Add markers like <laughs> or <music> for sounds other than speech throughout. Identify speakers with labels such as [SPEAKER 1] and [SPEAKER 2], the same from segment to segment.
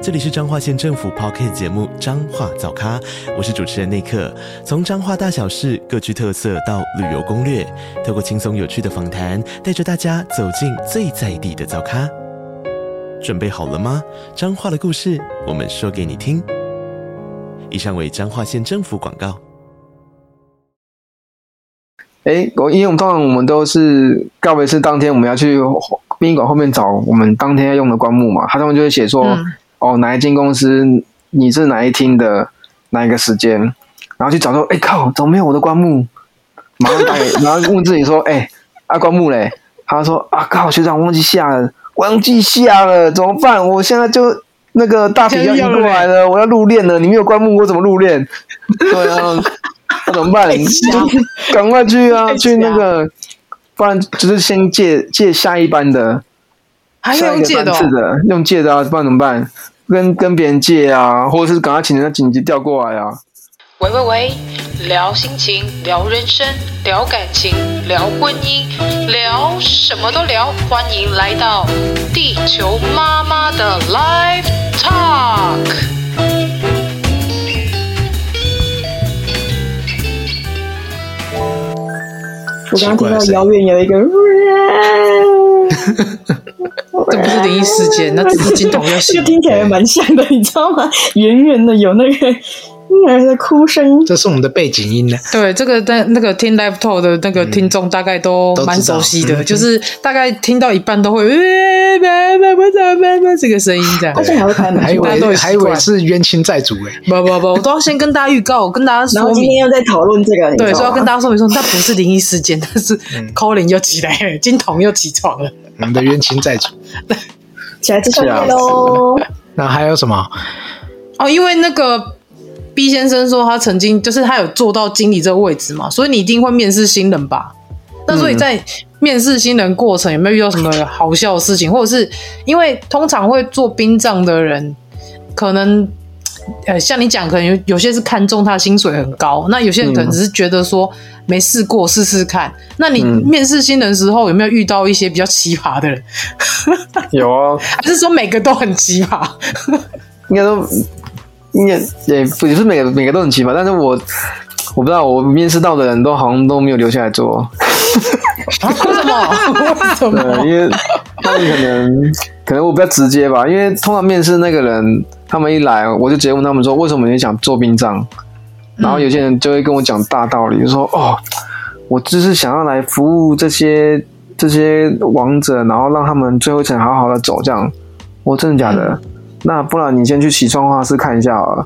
[SPEAKER 1] 这里是彰化县政府 p o c k t 节目《彰化早咖》，我是主持人内克。从彰化大小事各具特色到旅游攻略，透过轻松有趣的访谈，带着大家走进最在地的早咖。准备好了吗？彰化的故事，我们说给你听。以上为彰化县政府广告。
[SPEAKER 2] 哎，我因为我们通常我们都是告别式当天，我们要去后殡仪馆后面找我们当天要用的棺木嘛，他上面就会写说，
[SPEAKER 3] 嗯
[SPEAKER 2] 哦，哪一间公司，你是哪一厅的哪一个时间，然后去找说，哎靠，怎么没有我的棺木？ <laughs> 马上打给，然后问自己说，哎，啊棺木嘞？他说啊靠，学长忘记下了，忘记下了，怎么办？我现在就那个大体要移过来了，我要入殓了，你没有棺木，我怎么入殓？ <laughs> 对啊，那怎么
[SPEAKER 3] <laughs>
[SPEAKER 2] 办？就赶快去啊，
[SPEAKER 3] 太瞎
[SPEAKER 2] 去那个，不然就是先借借下一班的，
[SPEAKER 3] 还
[SPEAKER 2] 下
[SPEAKER 3] 有
[SPEAKER 2] 一
[SPEAKER 3] 用
[SPEAKER 2] 个
[SPEAKER 3] 借的、
[SPEAKER 2] 班
[SPEAKER 3] 哦，
[SPEAKER 2] 次的，用借的啊，不然怎么办？跟跟别人借啊，或者是赶快请人家紧急调过来啊。
[SPEAKER 3] 喂喂喂，聊心情，聊人生，聊感情，聊婚姻，聊什么都聊。欢迎来到地球妈妈的 Live Talk。
[SPEAKER 4] 我
[SPEAKER 1] 奇
[SPEAKER 4] 刚刚听
[SPEAKER 1] 怪的
[SPEAKER 4] 到
[SPEAKER 1] 声音
[SPEAKER 4] 遥远有一个，
[SPEAKER 5] 这不是灵异事件，那只是金童要
[SPEAKER 4] 这
[SPEAKER 5] 醒
[SPEAKER 4] 个。听起来蛮像的，你知道吗？远远的有那个婴儿的哭声，
[SPEAKER 6] 这是我们的背
[SPEAKER 2] <laughs>
[SPEAKER 6] 景音呢。
[SPEAKER 5] 对，这个但那个听 live talk 的那个听众大概都
[SPEAKER 6] 都知道
[SPEAKER 5] 蛮熟悉的，
[SPEAKER 6] 嗯
[SPEAKER 5] 就是大概听到一半都会呃妈妈妈妈妈这个声音这样
[SPEAKER 4] 而。且还会开门
[SPEAKER 6] 还以
[SPEAKER 4] 出来。
[SPEAKER 5] 大家都
[SPEAKER 6] 为
[SPEAKER 5] 很习惯
[SPEAKER 6] 还以为是冤亲债主哎，
[SPEAKER 5] 不不不，我都要先跟大家预告，我跟大家
[SPEAKER 4] 然后
[SPEAKER 5] 说
[SPEAKER 4] 今
[SPEAKER 5] 明
[SPEAKER 4] 天。又在讨论这个，你
[SPEAKER 5] 对，
[SPEAKER 4] 知
[SPEAKER 5] 所以
[SPEAKER 4] 道
[SPEAKER 5] 要跟
[SPEAKER 4] 吗？
[SPEAKER 5] 大家说明说，那不是灵异事件， <laughs> 但是
[SPEAKER 6] 嗯
[SPEAKER 5] Colin 又起来了，金童又起床了。
[SPEAKER 6] 我们的冤亲债主。
[SPEAKER 4] 起来吃宵夜
[SPEAKER 2] 是啊
[SPEAKER 4] 喽！
[SPEAKER 6] 那还有什么？
[SPEAKER 5] 哦，因为那个 B 先生说他曾经就是他有做到经理这个位置嘛，所以你一定会面试新人吧？那所以在面试新人过程有没有遇到什么好笑的事情，或者是因为通常会做殡葬的人，可能呃像你讲，可能有有些是看中他薪水很高，那有些人可能只是觉得说没试过试试看。那你
[SPEAKER 2] 嗯
[SPEAKER 5] 面试新人时候有没有遇到一些比较奇葩的人，
[SPEAKER 2] 有啊，
[SPEAKER 5] 还是说每个都很奇葩？
[SPEAKER 2] 应该都应该也不也不是每个每个都很奇葩，但是我我不知道我面试到的人都好像都没有留下来做，
[SPEAKER 5] 啊为什么？为什
[SPEAKER 2] 对
[SPEAKER 5] 么？，
[SPEAKER 6] 啊
[SPEAKER 2] 因为他们可能可能我比较直接吧，因为通常面试那个人他们一来，我就直接问他们说为什么你想做殡葬，然后有些人就会跟我讲大道理，就说哦，我就是想要来服务这些这些王者，然后让他们最后一程好好的走这样，我真的假的？
[SPEAKER 6] <laughs>
[SPEAKER 2] 那不然你先去起床画室看一下好了。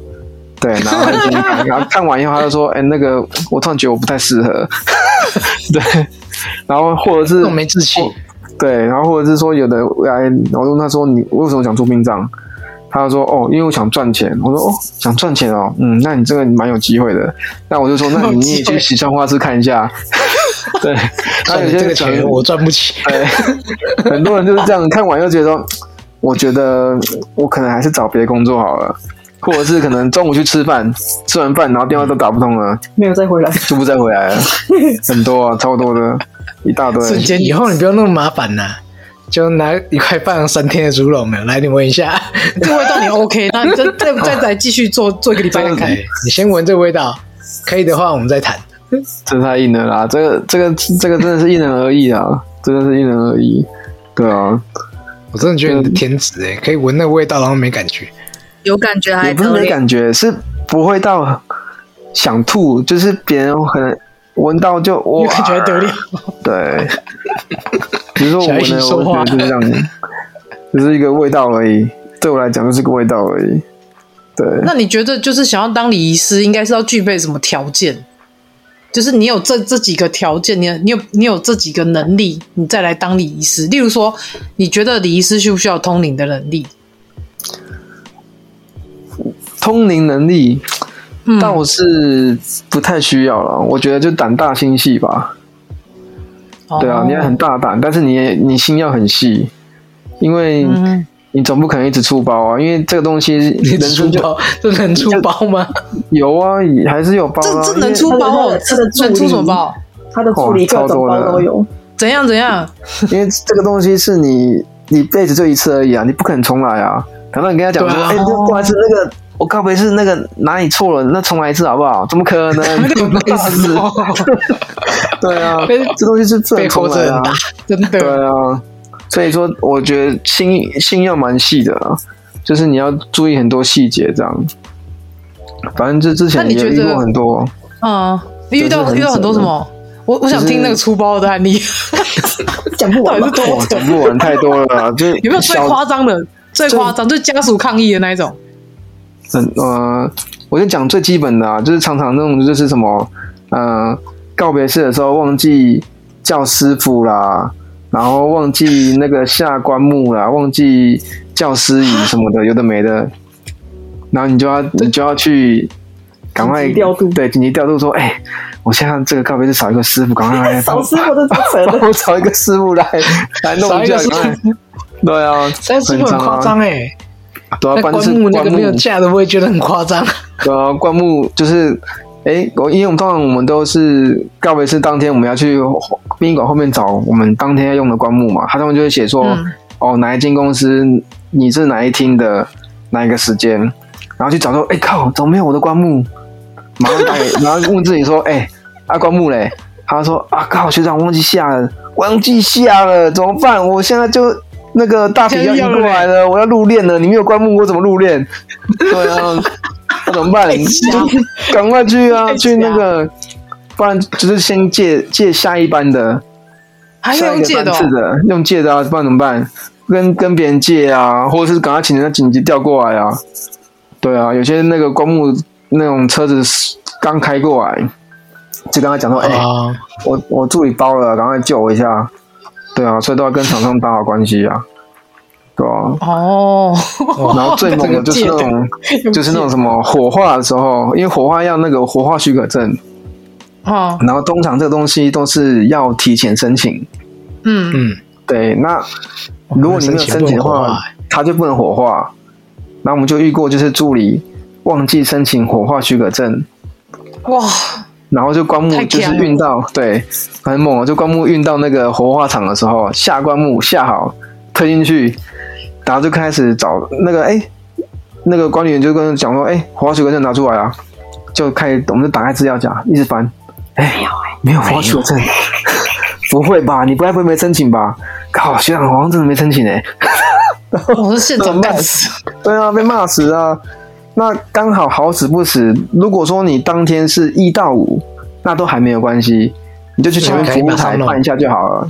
[SPEAKER 2] 对，然后他就进去看然后看完以后，他就说：“哎、那个，我突然觉得我不太适合。” <laughs> 对，然后或者
[SPEAKER 6] 这
[SPEAKER 2] 是
[SPEAKER 6] 种没志气，
[SPEAKER 2] 哦对，然后或者是说有的来，我问他说你为什么想做殡葬？他就说哦，因为我想赚钱。我说哦，想赚钱哦，嗯，那你这个蛮有机会的。那我就说，
[SPEAKER 6] <laughs>
[SPEAKER 2] 那你你也去洗川花市看一下。对，然后
[SPEAKER 6] 算
[SPEAKER 2] 哦有
[SPEAKER 6] 了，
[SPEAKER 2] 些
[SPEAKER 6] 这个
[SPEAKER 2] 可能 <laughs>
[SPEAKER 6] 钱我赚不起。
[SPEAKER 2] 对，很多人就是这样，看完又觉得，我觉得我可能还是找别的工作好了，或者是可能中午去吃饭，吃完饭然后电话都打不通了，
[SPEAKER 4] 没有再回来，
[SPEAKER 2] 就不再回
[SPEAKER 6] <laughs>
[SPEAKER 2] 来了，很多啊，超多的，一大堆。
[SPEAKER 5] 瞬间
[SPEAKER 6] 以后你不用那么麻烦啦、就拿一块放三天的猪肉没有，来你闻
[SPEAKER 2] <laughs>
[SPEAKER 6] 一下，
[SPEAKER 5] 这味道你 OK，那你再再再来继续做做一个礼拜看看。
[SPEAKER 6] 哎你先闻这味道，可以的话我们再谈。
[SPEAKER 2] 这太硬了啦，这个这个这个真的是因人而异啊， <laughs> 真的是因人而异。对啊，
[SPEAKER 6] 我真的觉得你的天职哎、可以闻那味道然后没感觉，
[SPEAKER 3] 有感觉
[SPEAKER 2] 也不是没感觉，是不会到想吐，就是别人可能闻到就
[SPEAKER 5] 有
[SPEAKER 2] 我
[SPEAKER 5] 感觉还得了，
[SPEAKER 2] 对，比如说我
[SPEAKER 6] 小
[SPEAKER 2] 闻
[SPEAKER 6] 心
[SPEAKER 2] 了，
[SPEAKER 6] 说
[SPEAKER 2] 我
[SPEAKER 6] 话
[SPEAKER 2] 觉得就是这
[SPEAKER 5] <laughs>
[SPEAKER 2] 样，就是一个味道而已，对我来讲就是个味道而已。对，
[SPEAKER 5] 那你觉得就是想要当礼仪师，应该是要具备什么条件？就是你有这这几个条件，你有你有你有这几个能力，你再来当礼仪师。例如说，你觉得礼仪师需不需要通灵的能力？
[SPEAKER 2] 通灵能力
[SPEAKER 5] 嗯，
[SPEAKER 2] 倒是不太需要了，我觉得就胆大心细吧。
[SPEAKER 5] 哦
[SPEAKER 2] 对啊，你要很大胆，但是你也你心要很细，因为
[SPEAKER 5] 嗯
[SPEAKER 2] 你总不可能一直出包啊，因为这个东西
[SPEAKER 6] 你
[SPEAKER 2] 人
[SPEAKER 6] 出
[SPEAKER 2] 生就
[SPEAKER 6] <laughs> 包，这能出包吗？
[SPEAKER 2] 有啊，还是有包
[SPEAKER 5] 这
[SPEAKER 2] 啊。
[SPEAKER 5] 这
[SPEAKER 2] 因为
[SPEAKER 5] 能出
[SPEAKER 4] 因为
[SPEAKER 5] 包哦？
[SPEAKER 4] 他的
[SPEAKER 5] 这能出什么包？
[SPEAKER 4] 他的助理各种包都有，
[SPEAKER 5] 怎样怎样？
[SPEAKER 2] 因为这个东西是你你一辈子就一次而已啊，你不可能重来啊。难道你跟他讲说，
[SPEAKER 6] 对啊
[SPEAKER 2] 哎、不好意思，那个我告别是那个哪里错了，那重来一次好不好？怎么可
[SPEAKER 6] <laughs>
[SPEAKER 2] 能？
[SPEAKER 6] 被死包，
[SPEAKER 2] <laughs> 对啊，
[SPEAKER 6] 被
[SPEAKER 2] 这东西是不能
[SPEAKER 6] 被
[SPEAKER 2] 重
[SPEAKER 6] 活
[SPEAKER 2] 来
[SPEAKER 6] 着
[SPEAKER 2] 啊 <laughs>
[SPEAKER 6] 很。大，真
[SPEAKER 2] 对
[SPEAKER 6] 的。
[SPEAKER 2] 啊，所以说我觉得心心要蛮细的啊，就是你要注意很多细节这样。反正这之前
[SPEAKER 5] 那你
[SPEAKER 2] 也
[SPEAKER 5] 觉得
[SPEAKER 2] 遇过很多，
[SPEAKER 5] 嗯，你遇
[SPEAKER 2] 就是
[SPEAKER 5] 到
[SPEAKER 2] 很
[SPEAKER 5] 遇到很多什么？我我想
[SPEAKER 2] 就是
[SPEAKER 5] 听那个出包的案例，
[SPEAKER 4] 讲不
[SPEAKER 5] 到
[SPEAKER 4] 完
[SPEAKER 5] 底
[SPEAKER 4] 吧
[SPEAKER 5] 是？多
[SPEAKER 2] 哇，
[SPEAKER 5] 扯
[SPEAKER 2] 讲？不完太多了
[SPEAKER 5] <laughs>
[SPEAKER 2] 啊，就是
[SPEAKER 5] 有没有最
[SPEAKER 2] 小
[SPEAKER 5] 夸张的？最夸张就是家属抗议的那一种，
[SPEAKER 2] 很呃，我就讲最基本的啊，就是常常那种就是什么，呃，告别式的时候忘记叫师傅啦，然后忘记那个下棺木啦，忘记叫司仪什么的，有的没的，然后你就要你就要去赶快
[SPEAKER 4] 紧急调度
[SPEAKER 2] 对，紧急调度说，哎、我现在这个告别是少一个师傅，赶
[SPEAKER 6] <laughs>
[SPEAKER 2] 快来帮
[SPEAKER 4] 少师傅都超扯
[SPEAKER 2] 帮
[SPEAKER 4] 的，
[SPEAKER 2] 我找一个师傅来来弄
[SPEAKER 6] 少一
[SPEAKER 2] 下，
[SPEAKER 6] 个师
[SPEAKER 2] 赶
[SPEAKER 6] 傅
[SPEAKER 2] 快对啊，
[SPEAKER 6] 三十分很夸张哎，
[SPEAKER 2] 对啊，
[SPEAKER 6] <laughs> 在
[SPEAKER 2] 搬
[SPEAKER 6] 棺
[SPEAKER 2] 是
[SPEAKER 6] 木那
[SPEAKER 2] 棺
[SPEAKER 6] 个没有
[SPEAKER 2] 木
[SPEAKER 6] 架的，我也觉得很夸张。
[SPEAKER 2] 对啊，灌木就是，哎，我因为我们通常我们都是告别式当天，我们要去殡仪馆后面找我们当天要用的棺木嘛，他上面就会写说，
[SPEAKER 5] 嗯
[SPEAKER 2] 哦，哪一间公司，你是哪一厅的哪一个时间，然后去找说，哎靠，怎么没有我的棺木？马上打给， <laughs> 然后问自己说，哎，啊棺木嘞？他说啊靠，学长忘记下了，忘记下了，怎么办？我现在就那个大体要移过来了，我要入殓了，你没有棺木，我怎么入殓？对啊，那怎么办？你就赶快去啊，去那个，不然就是先借借下一班的，
[SPEAKER 5] 还是
[SPEAKER 2] 下一
[SPEAKER 5] 用
[SPEAKER 2] 个
[SPEAKER 5] 借的、
[SPEAKER 2] 班
[SPEAKER 5] 哦
[SPEAKER 2] 次，的，用借的啊，不然怎么办？跟跟别人借啊，或者是赶快请人家紧急调过来啊。对啊，有些那个棺木那种车子刚开过来，就跟他讲说，哎、
[SPEAKER 6] 啊，
[SPEAKER 2] 我我助理包了，赶快救我一下。对啊，所以都要跟厂商打好关系啊。对啊，
[SPEAKER 5] 哦，
[SPEAKER 2] 然后最猛的就是那种，就是那种什么火化的时候，因为火化要那个火化许可证，
[SPEAKER 5] 哦，
[SPEAKER 2] 然后通常这个东西都是要提前申请。
[SPEAKER 5] 嗯，
[SPEAKER 6] 嗯，
[SPEAKER 2] 对，那如果你没有申请的
[SPEAKER 6] 那申请不能火
[SPEAKER 2] 话
[SPEAKER 6] 化，
[SPEAKER 2] 它就不能火化。那我们就遇过，就是助理忘记申请火化许可证，
[SPEAKER 5] 哇，
[SPEAKER 2] 然后就棺木
[SPEAKER 5] 太
[SPEAKER 2] 就
[SPEAKER 5] 强
[SPEAKER 2] 是
[SPEAKER 5] 了
[SPEAKER 2] 运到，对，很猛哦。就棺木运到那个火化场的时候，下棺木下好，推进去，然后就开始找那个哎，那个管理员就跟他讲说，哎，火化许可证拿出来啊，就开始我们就打开资料夹，一直翻，哎，没有火化许可证， <laughs> 不会吧？你不该不会没申请吧？靠，学长好像真的没申请哎、
[SPEAKER 5] 我是现场干死，
[SPEAKER 2] 对啊，被骂死啊。那刚好好死不死，如果说你当天是一到五，那都还没有关系，你就去前面服务台办一下就好了，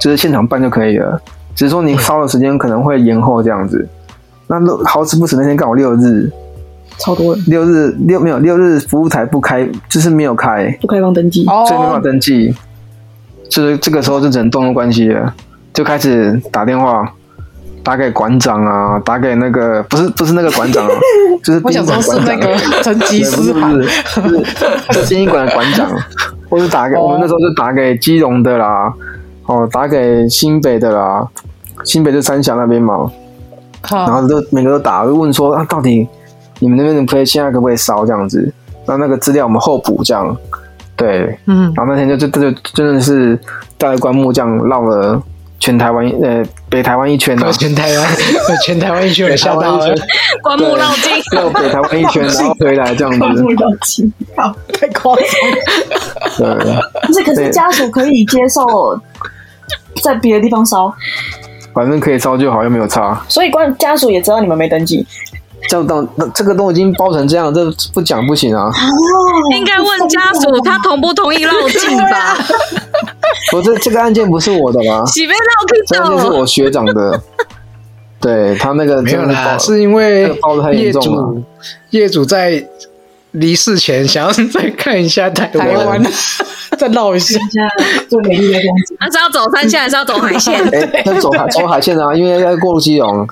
[SPEAKER 2] 就是现场办就可以了。只是说你烧的时间可能会延后这样子。那如好死不死那天刚好六日，
[SPEAKER 4] 超多人
[SPEAKER 2] 六日六没有六日服务台不开，就是没有开，
[SPEAKER 4] 不开放登记，
[SPEAKER 5] 哦
[SPEAKER 2] 所以没办法登记。就是这个时候就只能动用关系了，就开始打电话，打给馆长啊，打给那个不是不是那个馆
[SPEAKER 5] <laughs>
[SPEAKER 2] 长、啊，就是殡
[SPEAKER 5] 我
[SPEAKER 2] 仪
[SPEAKER 5] 想
[SPEAKER 2] 馆
[SPEAKER 5] 说是
[SPEAKER 2] 馆
[SPEAKER 5] 那
[SPEAKER 2] 长，
[SPEAKER 5] 个成吉
[SPEAKER 2] 对不
[SPEAKER 5] 思
[SPEAKER 2] 是
[SPEAKER 5] 汗
[SPEAKER 2] 不是，是是殡仪馆的馆长，或是打给、
[SPEAKER 5] 哦
[SPEAKER 2] 我们那时候就打给基隆的啦，哦，打给新北的啦，新北就三峡那边嘛，
[SPEAKER 5] 哦
[SPEAKER 2] 然
[SPEAKER 5] 哈，
[SPEAKER 2] 后都每个都打，就问说啊，到底你们那边可以现在可不可以烧这样子？那那个资料我们后补这样，对，
[SPEAKER 5] 嗯，
[SPEAKER 2] 然后那天就就就就真的是带着棺木这样绕了全台湾一呃北台湾一圈啊
[SPEAKER 6] 我，全台湾， <laughs> 我全台湾一圈也
[SPEAKER 2] <laughs>
[SPEAKER 6] 吓到了，
[SPEAKER 7] 棺木绕境，
[SPEAKER 2] 绕北台湾一圈，然后回来这样
[SPEAKER 4] 关
[SPEAKER 2] 子
[SPEAKER 4] 不，了情。
[SPEAKER 5] 太夸张，
[SPEAKER 2] 对，
[SPEAKER 4] 不是，可是
[SPEAKER 2] 对
[SPEAKER 4] 家属可以接受在别的地方烧，
[SPEAKER 2] 反正可以烧就好，又没有差。
[SPEAKER 4] 所以关家属也知道你们没登记。
[SPEAKER 2] 这样当那这个都已经包成这样，这不讲不行啊！
[SPEAKER 7] 应该问家属他同不同意绕境吧？
[SPEAKER 2] 不是这个案件不是我的吗？
[SPEAKER 7] 喜被绕
[SPEAKER 2] 这个案
[SPEAKER 7] 境
[SPEAKER 2] 件是
[SPEAKER 7] 到了，
[SPEAKER 2] 我学长的，对他那个
[SPEAKER 6] 没有
[SPEAKER 2] 真的是
[SPEAKER 6] 啦，
[SPEAKER 2] 包
[SPEAKER 6] 是因为业
[SPEAKER 2] 这个包得太严重
[SPEAKER 6] 主业主在离世前想要再看一下台
[SPEAKER 5] 台湾
[SPEAKER 6] 湾， <laughs>
[SPEAKER 5] 再绕一下，
[SPEAKER 4] 做美丽的样子，
[SPEAKER 7] <laughs> 那是要走山线还是要走海线？
[SPEAKER 2] 哎，要走海走海线啊，因为要过基隆，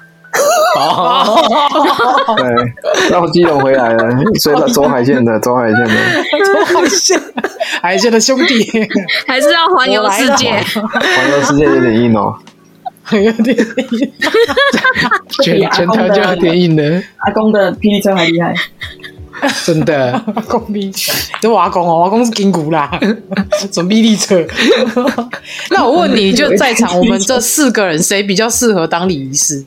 [SPEAKER 6] 哦，
[SPEAKER 2] <laughs> 对，绕基隆回来了，所以他走海线的，走海线的，
[SPEAKER 5] 海鲜，海鲜的兄弟，
[SPEAKER 7] 还是要环游世界？
[SPEAKER 2] 环游世界有点硬哦。
[SPEAKER 5] 有点
[SPEAKER 6] 全全条就有点硬了，
[SPEAKER 4] 阿公的霹雳车还厉害，
[SPEAKER 6] 真
[SPEAKER 5] <laughs>
[SPEAKER 6] 的。
[SPEAKER 5] 阿公逼，这我阿公哦，我阿公是筋骨啦，准臂力车。那我
[SPEAKER 2] <laughs>
[SPEAKER 5] 问你，就在场我们这四个人，谁比较适合当礼仪师？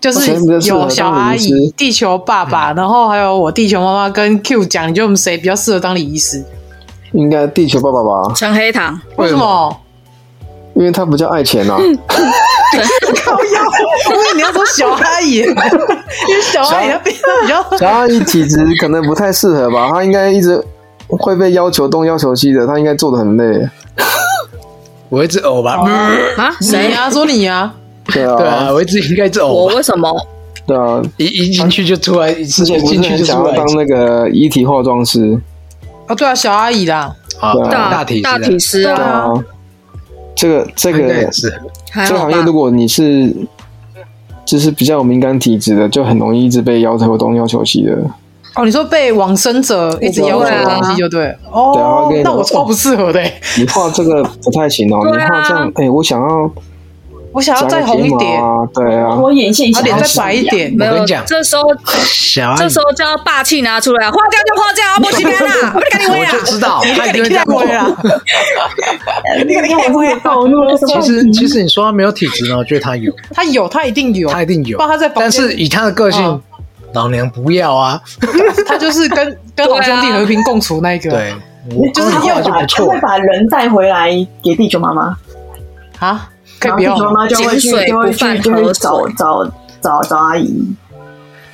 [SPEAKER 5] 就是
[SPEAKER 2] 谁比较适合
[SPEAKER 5] 有
[SPEAKER 2] 当
[SPEAKER 5] 小阿
[SPEAKER 2] 礼仪
[SPEAKER 5] 姨
[SPEAKER 2] 师、嗯
[SPEAKER 5] 地球爸爸，然后还有我地球妈妈跟 Q 讲，你觉得我们谁比较适合当礼仪师？
[SPEAKER 2] 应该地球爸爸吧，
[SPEAKER 7] 陈黑糖，
[SPEAKER 5] 为什么？
[SPEAKER 2] 因为他比较爱钱啊。 <laughs>
[SPEAKER 5] 因为你要说小阿姨，因为小阿姨她比较比较
[SPEAKER 2] 小阿姨体质可能不太适合吧，她应该一直会被要求东要求西的，她应该做的很累。
[SPEAKER 6] 我一直呕吧，
[SPEAKER 5] 哦
[SPEAKER 7] 啊？
[SPEAKER 5] 你
[SPEAKER 7] 谁？
[SPEAKER 5] 呀、说你呀、
[SPEAKER 2] 对
[SPEAKER 6] 对啊，
[SPEAKER 2] 啊，
[SPEAKER 6] 我一直应该是
[SPEAKER 7] 我
[SPEAKER 6] 呕吧，
[SPEAKER 7] 为什么？
[SPEAKER 2] 对啊，
[SPEAKER 6] 一一进去就出来，一
[SPEAKER 2] 之前不是
[SPEAKER 6] 进去
[SPEAKER 2] 很
[SPEAKER 6] 就
[SPEAKER 2] 想
[SPEAKER 6] 出
[SPEAKER 2] 要
[SPEAKER 6] 来
[SPEAKER 2] 当。那个遗体化妆师，
[SPEAKER 5] 啊，对啊，小阿姨啦，
[SPEAKER 6] 啊
[SPEAKER 2] 对啊
[SPEAKER 6] 大体
[SPEAKER 7] 大
[SPEAKER 6] 体
[SPEAKER 7] 体师
[SPEAKER 2] 对
[SPEAKER 7] 啊，
[SPEAKER 2] 啊，这个这
[SPEAKER 6] 应该
[SPEAKER 2] 个
[SPEAKER 6] 也是
[SPEAKER 7] 还
[SPEAKER 2] 这个
[SPEAKER 7] 好
[SPEAKER 2] 行业，
[SPEAKER 7] 吧
[SPEAKER 2] 如？果你是就是比较有敏感体质的，就很容易一直被要求东要求西的。
[SPEAKER 5] 哦，你说被往生者一直要求的东西就对了，
[SPEAKER 2] 啊对啊
[SPEAKER 5] 哦
[SPEAKER 2] 跟，你
[SPEAKER 5] 那我
[SPEAKER 2] 说
[SPEAKER 5] 超不适合的欸，
[SPEAKER 2] 你画这个不太行哦，
[SPEAKER 7] 对
[SPEAKER 2] 你
[SPEAKER 7] 啊
[SPEAKER 2] 画这样，哎，我想要
[SPEAKER 5] 我想要
[SPEAKER 2] 加
[SPEAKER 5] 再
[SPEAKER 2] 个
[SPEAKER 5] 红
[SPEAKER 2] 睫
[SPEAKER 5] 一
[SPEAKER 2] 毛
[SPEAKER 5] 点，
[SPEAKER 2] 啊，对啊，
[SPEAKER 4] 我眼线
[SPEAKER 5] 啊，
[SPEAKER 4] 想
[SPEAKER 5] 脸
[SPEAKER 4] 要
[SPEAKER 5] 再白一
[SPEAKER 4] 小样，
[SPEAKER 5] 点。
[SPEAKER 7] 没
[SPEAKER 6] 我跟
[SPEAKER 7] 有
[SPEAKER 6] 你讲，
[SPEAKER 7] 这时候
[SPEAKER 6] 小阿姨
[SPEAKER 7] 这，时候就要霸气拿出来，花掉就花掉，啊，不行啦，我赶紧回
[SPEAKER 6] 我
[SPEAKER 7] 来。
[SPEAKER 6] 就知道他一定
[SPEAKER 5] 你
[SPEAKER 6] 会这样
[SPEAKER 5] 看我
[SPEAKER 6] 做。
[SPEAKER 5] 啦，
[SPEAKER 4] 你看我这个暴怒了，什
[SPEAKER 6] 其
[SPEAKER 4] 么
[SPEAKER 6] 实
[SPEAKER 7] 嗯
[SPEAKER 6] 其实你说他没有体质呢，我觉得他有，
[SPEAKER 5] 他有，他一定有，
[SPEAKER 6] 他一定有
[SPEAKER 5] 不然他在，房
[SPEAKER 6] 但
[SPEAKER 5] 间
[SPEAKER 6] 是以他的个性
[SPEAKER 5] 嗯，
[SPEAKER 6] 老娘不要啊。
[SPEAKER 5] 他就是跟跟好兄弟和平共处那一个。
[SPEAKER 6] 对，我
[SPEAKER 5] 就是
[SPEAKER 6] 刚
[SPEAKER 5] 要
[SPEAKER 6] 好就
[SPEAKER 4] 把
[SPEAKER 6] 不
[SPEAKER 4] 他
[SPEAKER 6] 错
[SPEAKER 4] 会。把人带回来给地球妈妈，
[SPEAKER 5] 啊，可以
[SPEAKER 4] 然后地
[SPEAKER 5] 不要
[SPEAKER 4] 球妈妈就会去
[SPEAKER 7] 井水
[SPEAKER 4] 就
[SPEAKER 7] 不
[SPEAKER 4] 会
[SPEAKER 7] 犯
[SPEAKER 4] 去就会
[SPEAKER 7] 河
[SPEAKER 4] 找
[SPEAKER 7] 水
[SPEAKER 4] 找找找阿姨，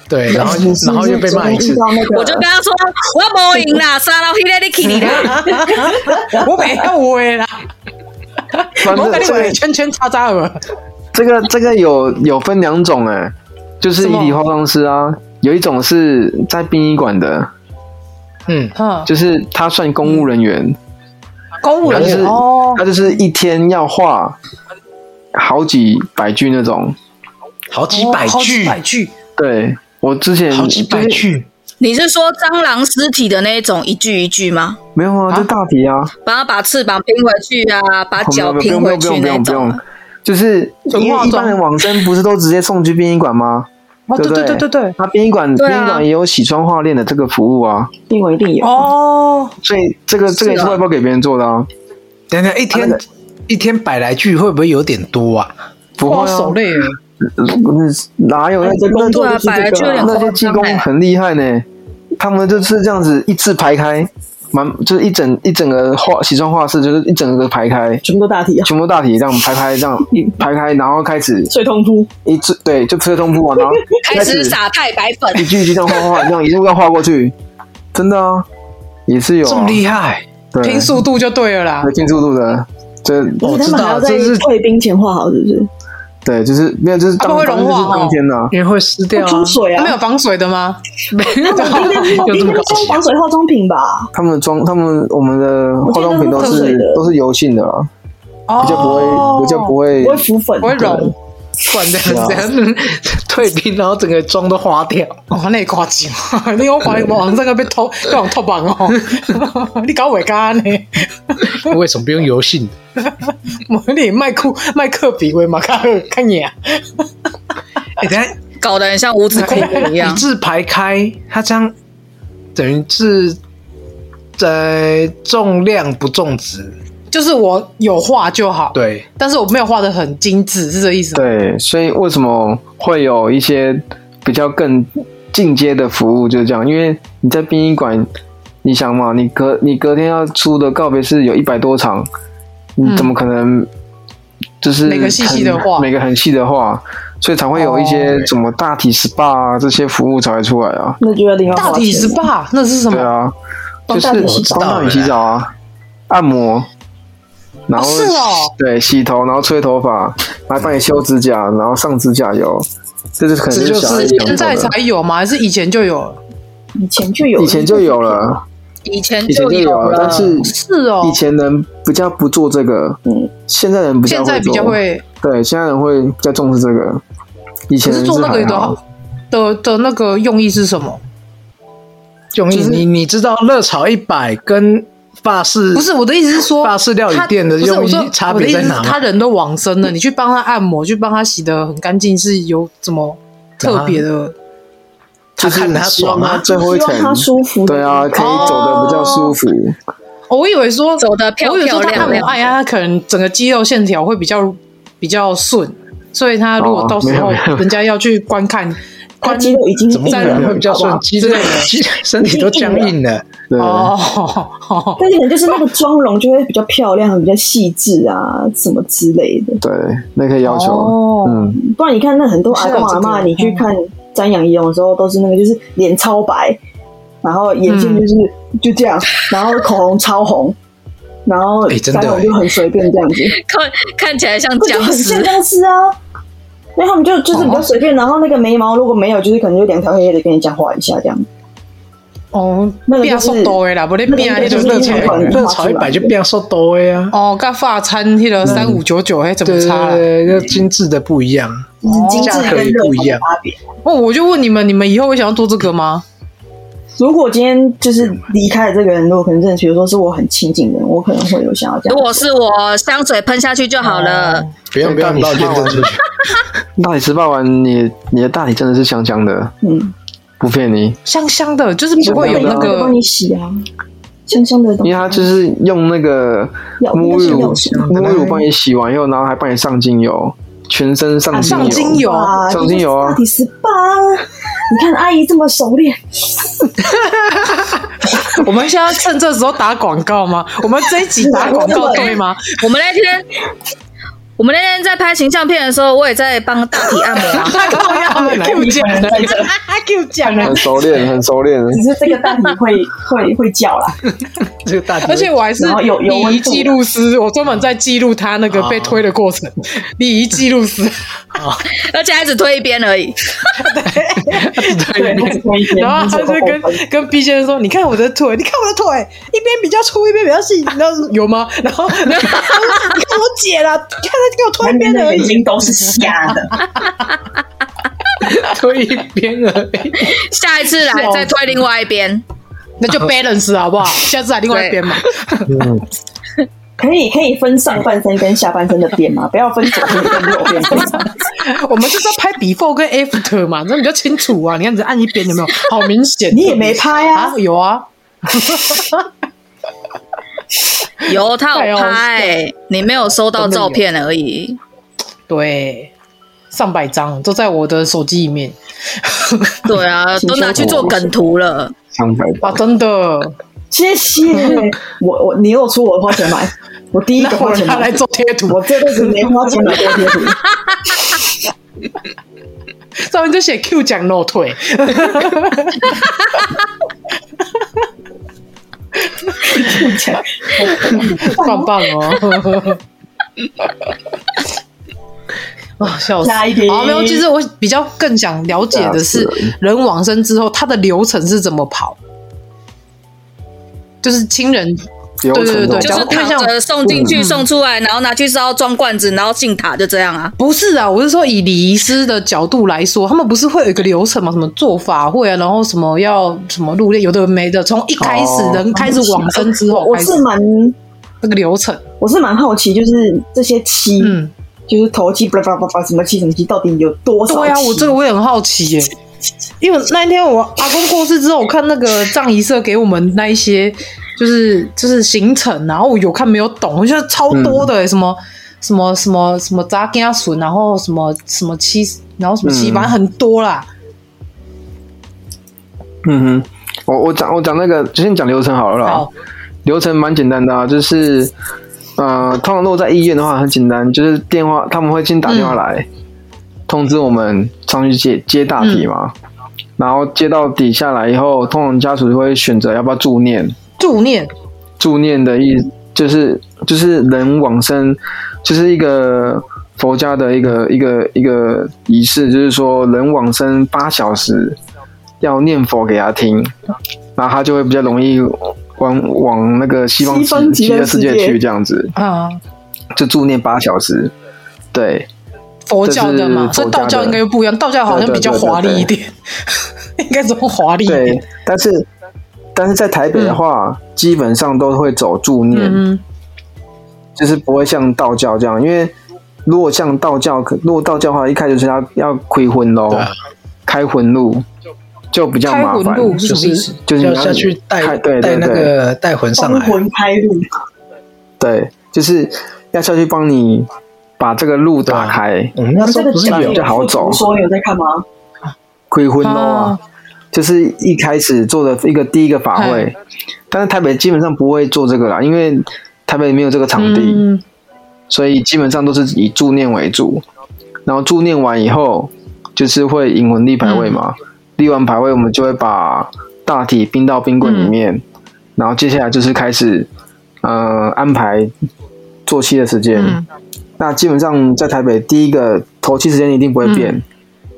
[SPEAKER 6] 对，
[SPEAKER 5] <laughs>
[SPEAKER 6] 然后就然后又被骂一
[SPEAKER 4] 你是
[SPEAKER 6] 次
[SPEAKER 4] 不是只能遇。到那个
[SPEAKER 7] 我就跟他说，我不赢啦，杀到 h i l a r 啦。
[SPEAKER 5] 我没要喂啦，
[SPEAKER 2] 反
[SPEAKER 5] 我
[SPEAKER 2] 正
[SPEAKER 5] 跟你
[SPEAKER 2] 这
[SPEAKER 5] 围
[SPEAKER 2] 个
[SPEAKER 5] 圈圈叉叉了。
[SPEAKER 2] 这个这个有有分两种哎、就是遗体化妆师啊，有一种是在殡仪馆的，
[SPEAKER 6] 嗯，
[SPEAKER 5] 嗯，
[SPEAKER 2] 就是他算公务人员，
[SPEAKER 5] 公务人
[SPEAKER 2] 就
[SPEAKER 5] 员
[SPEAKER 2] 是
[SPEAKER 5] 哦，
[SPEAKER 2] 他就是一天要画好几百句那种。
[SPEAKER 6] 好几百
[SPEAKER 5] 哦好
[SPEAKER 6] 句
[SPEAKER 5] 几，百句，
[SPEAKER 2] 对我之前
[SPEAKER 6] 好几百
[SPEAKER 2] 就是
[SPEAKER 6] 句，
[SPEAKER 7] 你是说蟑螂尸体的那一种一句一句吗？
[SPEAKER 2] 没有啊，这大题啊，
[SPEAKER 7] 把它把翅膀拼回去啊，把
[SPEAKER 2] 没有
[SPEAKER 7] 脚
[SPEAKER 2] 没有
[SPEAKER 7] 拼
[SPEAKER 2] 不
[SPEAKER 7] 回
[SPEAKER 2] 用不
[SPEAKER 7] 去
[SPEAKER 2] 用不
[SPEAKER 7] 那
[SPEAKER 2] 用不
[SPEAKER 7] 种
[SPEAKER 2] 用
[SPEAKER 7] 啊。，
[SPEAKER 2] 就是
[SPEAKER 5] 纯
[SPEAKER 2] 因
[SPEAKER 5] 化
[SPEAKER 2] 为一般
[SPEAKER 5] 妆
[SPEAKER 2] 人往生不是都直接送去殡仪馆吗？
[SPEAKER 5] 哦，对
[SPEAKER 2] 不
[SPEAKER 5] 对对对对，
[SPEAKER 2] 那殡仪馆
[SPEAKER 7] 对
[SPEAKER 2] 殡
[SPEAKER 7] 啊
[SPEAKER 2] 仪馆也有洗妆化练的这个服务啊，
[SPEAKER 4] 另外一定有，
[SPEAKER 5] 哦，
[SPEAKER 2] 所以这个这个也是
[SPEAKER 7] 是啊
[SPEAKER 2] 外包给别人做的啊，
[SPEAKER 6] 等等一天
[SPEAKER 2] 那个
[SPEAKER 6] 一天百来句会不会有点多啊？
[SPEAKER 2] 不
[SPEAKER 5] 哇，
[SPEAKER 2] 会
[SPEAKER 5] 手
[SPEAKER 2] 啊。
[SPEAKER 5] 累了。
[SPEAKER 2] 那哪有那些那
[SPEAKER 7] 对啊
[SPEAKER 2] 就是这个
[SPEAKER 7] 本来就有点
[SPEAKER 2] 那些
[SPEAKER 7] 夸
[SPEAKER 2] 技
[SPEAKER 7] 张
[SPEAKER 2] 工
[SPEAKER 7] 欸
[SPEAKER 2] 很厉害呢，他们就是这样子一字排开，满就是一整一整个画洗妆画室就是一整个排开，
[SPEAKER 4] 全部都大体啊，
[SPEAKER 2] 全部大体这样排开这样一排开，然后开始
[SPEAKER 4] 水通铺，
[SPEAKER 2] 一字对就吹通铺啊，然后
[SPEAKER 7] 开始撒太白粉，
[SPEAKER 2] 一句一句这样画画画，这样一路这样画过去，真的啊，也是有
[SPEAKER 6] 这
[SPEAKER 2] 啊
[SPEAKER 6] 么厉害，
[SPEAKER 2] 对
[SPEAKER 5] 拼速度就对了啦
[SPEAKER 2] 对。拼速度的，这
[SPEAKER 6] 我
[SPEAKER 4] 而且
[SPEAKER 6] 知
[SPEAKER 4] 他们
[SPEAKER 6] 道
[SPEAKER 4] 还要在
[SPEAKER 6] 这是
[SPEAKER 4] 贵宾前画好，是不是？
[SPEAKER 2] 对就是没有就是
[SPEAKER 5] 它
[SPEAKER 2] 当
[SPEAKER 5] 不会
[SPEAKER 2] 当
[SPEAKER 5] 融
[SPEAKER 2] 就
[SPEAKER 5] 化
[SPEAKER 2] 是当
[SPEAKER 5] 哦
[SPEAKER 2] 天的啊，
[SPEAKER 6] 因为会湿掉啊
[SPEAKER 4] 冲。水
[SPEAKER 5] 他
[SPEAKER 4] 啊
[SPEAKER 5] 们，有防水的吗？
[SPEAKER 6] 有
[SPEAKER 4] 应
[SPEAKER 6] 这
[SPEAKER 4] 该
[SPEAKER 6] 么高
[SPEAKER 4] 是
[SPEAKER 6] 级
[SPEAKER 4] 防
[SPEAKER 6] 啊？
[SPEAKER 4] 水化妆品吧？
[SPEAKER 2] 他们的妆他们我们的化妆品都
[SPEAKER 4] 我觉得是
[SPEAKER 2] 是
[SPEAKER 4] 特水的
[SPEAKER 2] 都是油性的啊。
[SPEAKER 5] 哦，
[SPEAKER 2] 比较不会，比较不会
[SPEAKER 4] 不会浮粉，
[SPEAKER 5] 不会融。
[SPEAKER 6] 管的
[SPEAKER 2] 啊
[SPEAKER 6] 这样退兵，然后整个妆都花掉。
[SPEAKER 5] 哦，那也夸张，啊 <laughs> 你我怀疑网上个被偷，被人偷绑哦， <laughs> 你搞我干呢？ <laughs>
[SPEAKER 6] 为什么不用油性？
[SPEAKER 5] 我你麦克麦克比威马卡尔看你啊，
[SPEAKER 6] 哎，等一下
[SPEAKER 7] 搞得很像五指恐怖一
[SPEAKER 6] 一
[SPEAKER 7] 样。
[SPEAKER 6] 字排开，它这样等于是呃重量不重质，
[SPEAKER 5] 就是我有画就好，，
[SPEAKER 6] 对，
[SPEAKER 5] 但是我没有画的很精致，是这意思吗？
[SPEAKER 2] 对，所以为什么会有一些比较更进阶的服务，就是这样，因为你在殡仪馆，你想嘛，你隔你隔天要出的告别式有一百多场，你怎么可能就是
[SPEAKER 5] 每个细细的
[SPEAKER 2] 很
[SPEAKER 5] 画
[SPEAKER 2] 每个很细的画，所以才会有一些
[SPEAKER 6] 哦
[SPEAKER 2] 什么大体 SPA 啊这些服务才会出来啊。
[SPEAKER 4] 那就要另外花
[SPEAKER 5] 大体
[SPEAKER 4] 钱
[SPEAKER 5] SPA 那是什
[SPEAKER 2] 对
[SPEAKER 4] <laughs>
[SPEAKER 5] 么？
[SPEAKER 2] 啊，就
[SPEAKER 4] 帮大
[SPEAKER 2] 是
[SPEAKER 4] 体洗澡
[SPEAKER 2] 帮大体洗澡啊，按摩，然后、
[SPEAKER 5] 哦是哦
[SPEAKER 2] 对洗头，然后吹头发，还帮你修指甲，然后上指甲油，这就是可能
[SPEAKER 6] 这就是
[SPEAKER 2] 小孩子
[SPEAKER 5] 现在
[SPEAKER 2] 想做的
[SPEAKER 5] 才有吗？还是以前就有了？
[SPEAKER 4] 以前就有，
[SPEAKER 2] 以前就有了，
[SPEAKER 7] <laughs> 以前
[SPEAKER 2] 以前
[SPEAKER 7] 就
[SPEAKER 2] 就有
[SPEAKER 7] 了，
[SPEAKER 2] 但是
[SPEAKER 5] 是哦
[SPEAKER 2] 以，前人比较不做这个，
[SPEAKER 4] 嗯，
[SPEAKER 2] 现在人比较
[SPEAKER 5] 现在
[SPEAKER 2] 会
[SPEAKER 5] 比较
[SPEAKER 2] 做，
[SPEAKER 5] 会
[SPEAKER 2] 对，现在人会比较重视这个，以前
[SPEAKER 5] 可
[SPEAKER 2] 人
[SPEAKER 5] 是做那个
[SPEAKER 2] 还
[SPEAKER 5] 的
[SPEAKER 2] 好，
[SPEAKER 5] 的的那个用意是什么？
[SPEAKER 6] 用意
[SPEAKER 5] 就是
[SPEAKER 6] 你你知道热炒一百跟法式
[SPEAKER 5] 不是我的意思是说，
[SPEAKER 6] 法式料理
[SPEAKER 5] 他
[SPEAKER 6] 店的
[SPEAKER 5] 不是
[SPEAKER 6] 用
[SPEAKER 5] 我
[SPEAKER 6] 意
[SPEAKER 5] 说
[SPEAKER 6] 差
[SPEAKER 5] 我的
[SPEAKER 6] 别
[SPEAKER 5] 意
[SPEAKER 6] 在
[SPEAKER 5] 思是
[SPEAKER 6] 哪吗
[SPEAKER 5] 他人都往生了，你去帮他按摩，去帮他洗得很干净，是有怎么特别的？
[SPEAKER 6] 他看他
[SPEAKER 2] 希
[SPEAKER 6] 爽
[SPEAKER 2] 望他
[SPEAKER 6] 啊，
[SPEAKER 2] 最后一
[SPEAKER 4] 希
[SPEAKER 2] 层
[SPEAKER 4] 望，他舒服。
[SPEAKER 2] 对啊，，可以走的比较舒服。
[SPEAKER 5] 哦我以为说
[SPEAKER 7] 走得漂
[SPEAKER 5] 我以为说他
[SPEAKER 7] 漂亮
[SPEAKER 5] 按摩，哎呀，他可能整个肌肉线条会比较比较顺，所以他如果
[SPEAKER 2] 哦
[SPEAKER 5] 到时候
[SPEAKER 2] 没有没有
[SPEAKER 5] 人家要去观看
[SPEAKER 4] 他
[SPEAKER 5] 观
[SPEAKER 4] 肌肉已经
[SPEAKER 6] 怎么
[SPEAKER 4] 硬
[SPEAKER 6] 可
[SPEAKER 4] 了，
[SPEAKER 6] 能会比较
[SPEAKER 4] 好不
[SPEAKER 6] 顺
[SPEAKER 4] 好？？
[SPEAKER 6] 肌肉肌身体都僵硬了，
[SPEAKER 2] 对，
[SPEAKER 5] 哦， <laughs> 好
[SPEAKER 4] 但是可能就是那个妆容就会比较漂亮，比较细致啊，什么之类的。
[SPEAKER 2] 对，那可以要求，
[SPEAKER 5] 哦，
[SPEAKER 2] 嗯，
[SPEAKER 4] 不然你看那很多阿
[SPEAKER 5] 是有
[SPEAKER 4] 公
[SPEAKER 5] 这
[SPEAKER 4] 阿
[SPEAKER 5] 个
[SPEAKER 4] 嬷，你去
[SPEAKER 5] 嗯
[SPEAKER 4] 看瞻仰仪容的时候，都是那个就是脸超白，然后眼线
[SPEAKER 2] 嗯
[SPEAKER 4] 就是、就这样，然后口红超红，然后
[SPEAKER 6] 哎真的
[SPEAKER 4] 腮红就很随便这样子，
[SPEAKER 7] 看看起来像
[SPEAKER 4] 这就
[SPEAKER 7] 僵
[SPEAKER 4] 很像
[SPEAKER 7] 尸。
[SPEAKER 4] 僵尸啊。因为他们就就是
[SPEAKER 2] 哦
[SPEAKER 4] 比较随便，然后那个眉毛如果没有，就是可能就两条黑黑的跟你讲话一下这样。
[SPEAKER 5] 哦
[SPEAKER 4] 那，个
[SPEAKER 5] 变
[SPEAKER 4] 就是
[SPEAKER 5] 速度的啦，不咧
[SPEAKER 4] 那个
[SPEAKER 5] 变
[SPEAKER 4] 应
[SPEAKER 5] 那
[SPEAKER 4] 该
[SPEAKER 6] 就
[SPEAKER 5] 种
[SPEAKER 4] 是
[SPEAKER 5] 热
[SPEAKER 6] 热
[SPEAKER 5] 炒
[SPEAKER 6] 炒
[SPEAKER 4] 一百
[SPEAKER 5] 的。
[SPEAKER 6] 热炒一百就变瘦多呀，
[SPEAKER 5] 哦，跟法餐迄个三五九九，迄怎么
[SPEAKER 6] 对
[SPEAKER 5] 差啦？啊
[SPEAKER 6] 对对，就精致的不一样，
[SPEAKER 4] 就是
[SPEAKER 2] 哦
[SPEAKER 4] 精
[SPEAKER 6] 价
[SPEAKER 4] 致
[SPEAKER 6] 格
[SPEAKER 4] 跟
[SPEAKER 6] 也
[SPEAKER 4] 热
[SPEAKER 6] 不一
[SPEAKER 4] 炒的
[SPEAKER 6] 样
[SPEAKER 4] 差别。
[SPEAKER 5] 哦，我就问你们，你们以后会想要做这个吗？
[SPEAKER 4] 如果今天就是
[SPEAKER 2] 嗯
[SPEAKER 4] 离开了这个人，如果可能真的，比如说是我很亲近的人，我可能会有想要这
[SPEAKER 7] 如
[SPEAKER 4] 样。
[SPEAKER 7] 果是我，香水喷下去就好了。
[SPEAKER 6] 不用不用，你
[SPEAKER 2] 到底
[SPEAKER 6] 认真出去，
[SPEAKER 2] 大理石爆完，你你的大理真的是香香的，
[SPEAKER 4] 嗯，
[SPEAKER 2] 不骗你，
[SPEAKER 5] 香香的，就是不会有那
[SPEAKER 4] 我
[SPEAKER 5] 个
[SPEAKER 4] 帮你洗啊，香香的东西
[SPEAKER 2] 因为它就是用那个
[SPEAKER 4] 药
[SPEAKER 2] 沐浴
[SPEAKER 4] 应该
[SPEAKER 2] 乳
[SPEAKER 4] 是药，
[SPEAKER 2] 沐浴乳帮你洗完以后，然后还帮你上精油，全身上
[SPEAKER 5] 啊上精油
[SPEAKER 4] 哇
[SPEAKER 2] 上精油啊
[SPEAKER 4] 到底十八？ <laughs> 你看阿姨这么熟练，
[SPEAKER 5] 我们现在趁这时候打广告吗？我们这一集打广告对吗？
[SPEAKER 7] 我们那天，我们那天在拍形象片的时候，我也在帮大体按摩啊。 <laughs>
[SPEAKER 5] 太高要了，Q 讲了，Q 讲了
[SPEAKER 2] 很。熟
[SPEAKER 5] <laughs>
[SPEAKER 2] 练，很熟练。
[SPEAKER 4] 只是这个蛋你会 <laughs> 会会叫啦。
[SPEAKER 6] 这个大姐
[SPEAKER 5] 而且我还是
[SPEAKER 4] 然后有有温
[SPEAKER 5] 礼仪
[SPEAKER 4] 度
[SPEAKER 5] 记录师，我专门在记录他那个被推的过程。礼仪记录师，
[SPEAKER 7] 而且还只推一边而已。
[SPEAKER 4] 对，它只会一边
[SPEAKER 5] 然后他就跟 <laughs> 跟 B 先生说：“你看我的腿，你看我的腿，一边比较粗，一边比较细，然后有吗？”然后 <laughs> 然后你看我姐啦，你看她给我推一
[SPEAKER 4] 旁边
[SPEAKER 5] 边
[SPEAKER 4] 的 <laughs>
[SPEAKER 5] 而
[SPEAKER 4] 眼
[SPEAKER 5] 已。
[SPEAKER 4] 睛都是瞎的， <laughs>
[SPEAKER 5] <laughs>
[SPEAKER 6] 推一边而已，
[SPEAKER 7] 下一次来再推另外一边。
[SPEAKER 5] 那就 balance 好不好？下次来另外一边嘛。
[SPEAKER 4] 可以可以分上半身跟下半身的边吗？不要分左边跟右边。
[SPEAKER 5] <laughs> 我们就是要拍 before 跟 after 嘛，那比较清楚啊。你看只按一边有没有？好明显。
[SPEAKER 4] 你也没拍啊
[SPEAKER 5] 啊？有啊，
[SPEAKER 7] 有，他有
[SPEAKER 5] 太
[SPEAKER 7] 拍，你没有收到照片而已。
[SPEAKER 5] 对，上百张都在我的手机里面
[SPEAKER 7] 对啊，
[SPEAKER 4] 请
[SPEAKER 7] 都拿去做梗图了。
[SPEAKER 2] 上百
[SPEAKER 5] 啊，
[SPEAKER 4] <laughs>
[SPEAKER 5] 真的。
[SPEAKER 4] 谢
[SPEAKER 5] <laughs>
[SPEAKER 4] 谢我我你有出我花钱买，我第一个
[SPEAKER 5] 那我
[SPEAKER 4] 花钱
[SPEAKER 5] 让他
[SPEAKER 4] 买
[SPEAKER 5] 来。做贴图，
[SPEAKER 4] <laughs> 我这辈子没花钱买过贴图，
[SPEAKER 5] 上面就写 Q 奖露腿，棒棒哦！ <laughs> 啊，笑死！
[SPEAKER 4] 下一题
[SPEAKER 5] 好，没有。其实我比较更想了解的是
[SPEAKER 2] 吓死，
[SPEAKER 5] 人往生之后，他的流程是怎么跑？就是亲人，
[SPEAKER 2] 流程
[SPEAKER 5] 对对对
[SPEAKER 2] 的
[SPEAKER 7] 就
[SPEAKER 5] 讲
[SPEAKER 7] 是躺着送进去、送出来，然后拿去烧装罐子，然后进塔，就这样啊。
[SPEAKER 5] 不是啊，我是说以礼仪师的角度来说，他们不是会有一个流程吗？什么做法会啊，然后什么要什么入殓，有的没的，从一开始、
[SPEAKER 2] 哦
[SPEAKER 5] 人开始往生之后
[SPEAKER 4] 我
[SPEAKER 5] 开始
[SPEAKER 4] 是蛮
[SPEAKER 5] 那个流程，
[SPEAKER 4] 我是蛮好奇，就是这些漆，
[SPEAKER 5] 嗯，
[SPEAKER 4] 就是头漆，巴拉巴拉巴拉，什么漆什么漆，到底有多少漆？
[SPEAKER 5] 对啊，我这个我也很好奇耶、因为那一天我阿公过世之后，我看那个葬仪社给我们那一些就是就是行程，然后我有看没有懂，我觉得超多的耶、什么什么什么什么扎啊根阿笋，然后什么什么七，然后什么七，
[SPEAKER 2] 嗯
[SPEAKER 5] 反正很多啦。
[SPEAKER 2] 嗯哼，我我讲我讲那个，就先讲流程好了啦
[SPEAKER 5] 好。，
[SPEAKER 2] 流程蛮简单的啊，就是呃，通常如果在医院的话很简单，就是电话他们会先打电话来、通知我们上去接接大体嘛。然后接到底下来以后，通常家属就会选择要不要助念。
[SPEAKER 5] 助念。
[SPEAKER 2] 助念的意就是就是人往生，就是一个佛家的一个一个一个仪式，就是说人往生八小时要念佛给他听，然后他就会比较容易往往那个西方
[SPEAKER 4] 西方极
[SPEAKER 2] 极
[SPEAKER 4] 乐
[SPEAKER 2] 乐世
[SPEAKER 4] 世界
[SPEAKER 2] 界去，这样子
[SPEAKER 5] 啊，
[SPEAKER 2] 就助念八小时，对。
[SPEAKER 5] 佛教的嘛，
[SPEAKER 2] 这是
[SPEAKER 5] 所以
[SPEAKER 2] 佛
[SPEAKER 5] 道
[SPEAKER 2] 家
[SPEAKER 5] 教
[SPEAKER 2] 的
[SPEAKER 5] 应该又不一样，道教好像比较华丽一点， <laughs> 应该怎么华丽一
[SPEAKER 2] 对
[SPEAKER 5] 点？，
[SPEAKER 2] 但是但是在台北的话，基本上都会走助念，
[SPEAKER 5] 嗯
[SPEAKER 2] 就是不会像道教这样，因为如果像道教，可如果道教的话，一开始就是要要亏魂喽
[SPEAKER 6] 对啊，
[SPEAKER 2] 开魂路就比较
[SPEAKER 5] 开
[SPEAKER 2] 麻
[SPEAKER 5] 魂
[SPEAKER 2] 烦，
[SPEAKER 5] 路
[SPEAKER 6] 就
[SPEAKER 5] 什么意
[SPEAKER 6] 是
[SPEAKER 5] 思？
[SPEAKER 2] 就是
[SPEAKER 6] 要
[SPEAKER 2] 你要
[SPEAKER 6] 下去带
[SPEAKER 2] 开对
[SPEAKER 6] 带
[SPEAKER 2] 对
[SPEAKER 6] 那
[SPEAKER 2] 对
[SPEAKER 6] 个带魂上
[SPEAKER 4] 帮
[SPEAKER 6] 来，
[SPEAKER 4] 魂开路，
[SPEAKER 2] 对，就是要下去帮你把这个路
[SPEAKER 6] 啊
[SPEAKER 2] 打开，
[SPEAKER 6] 我们那时
[SPEAKER 4] 这
[SPEAKER 6] 候
[SPEAKER 4] 个
[SPEAKER 6] 不是
[SPEAKER 4] 讲
[SPEAKER 2] 有
[SPEAKER 6] 有
[SPEAKER 4] 义
[SPEAKER 2] 就好走
[SPEAKER 4] 说有在干嘛？
[SPEAKER 2] 亏魂喽啊，
[SPEAKER 5] 哦
[SPEAKER 2] 就是一开始做的一个第一个法会
[SPEAKER 5] 嗯，
[SPEAKER 2] 但是台北基本上不会做这个啦，因为台北没有这个场地。
[SPEAKER 5] 嗯，
[SPEAKER 2] 所以基本上都是以助念为主。然后助念完以后，就是会引魂立牌位嘛。立完牌位，我们就会把大体冰到冰柜里面，然后接下来就是开始呃安排做息的时间。
[SPEAKER 5] 嗯
[SPEAKER 2] 那基本上在台北，第一个头七时间一定不会变，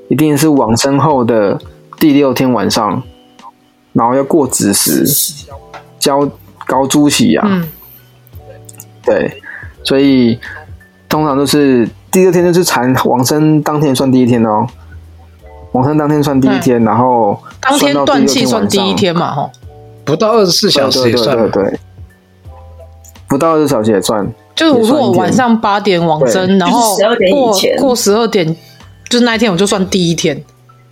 [SPEAKER 2] 一定是往生后的第六天晚上，然后要过子时，交高猪喜啊。
[SPEAKER 5] 嗯
[SPEAKER 2] 对，所以通常都是第二天就是缠往生当天算第一天哦，往生当天算第一天，然后
[SPEAKER 5] 当天
[SPEAKER 2] 算到
[SPEAKER 5] 断
[SPEAKER 2] 六
[SPEAKER 5] 气算
[SPEAKER 2] 晚
[SPEAKER 5] 第
[SPEAKER 2] 上
[SPEAKER 5] 一，嗯天嘛，吼，
[SPEAKER 6] 不到二十四
[SPEAKER 2] 对
[SPEAKER 6] 小时
[SPEAKER 2] 对
[SPEAKER 6] 也
[SPEAKER 2] 对
[SPEAKER 6] 算
[SPEAKER 2] 对对，不到二十小时也算，
[SPEAKER 5] 就是我如果
[SPEAKER 2] 也算一天
[SPEAKER 5] 晚上八点往生，然后
[SPEAKER 4] 就是12点以
[SPEAKER 5] 过
[SPEAKER 4] 前
[SPEAKER 5] 过十二点，就是那一天我就算第一天，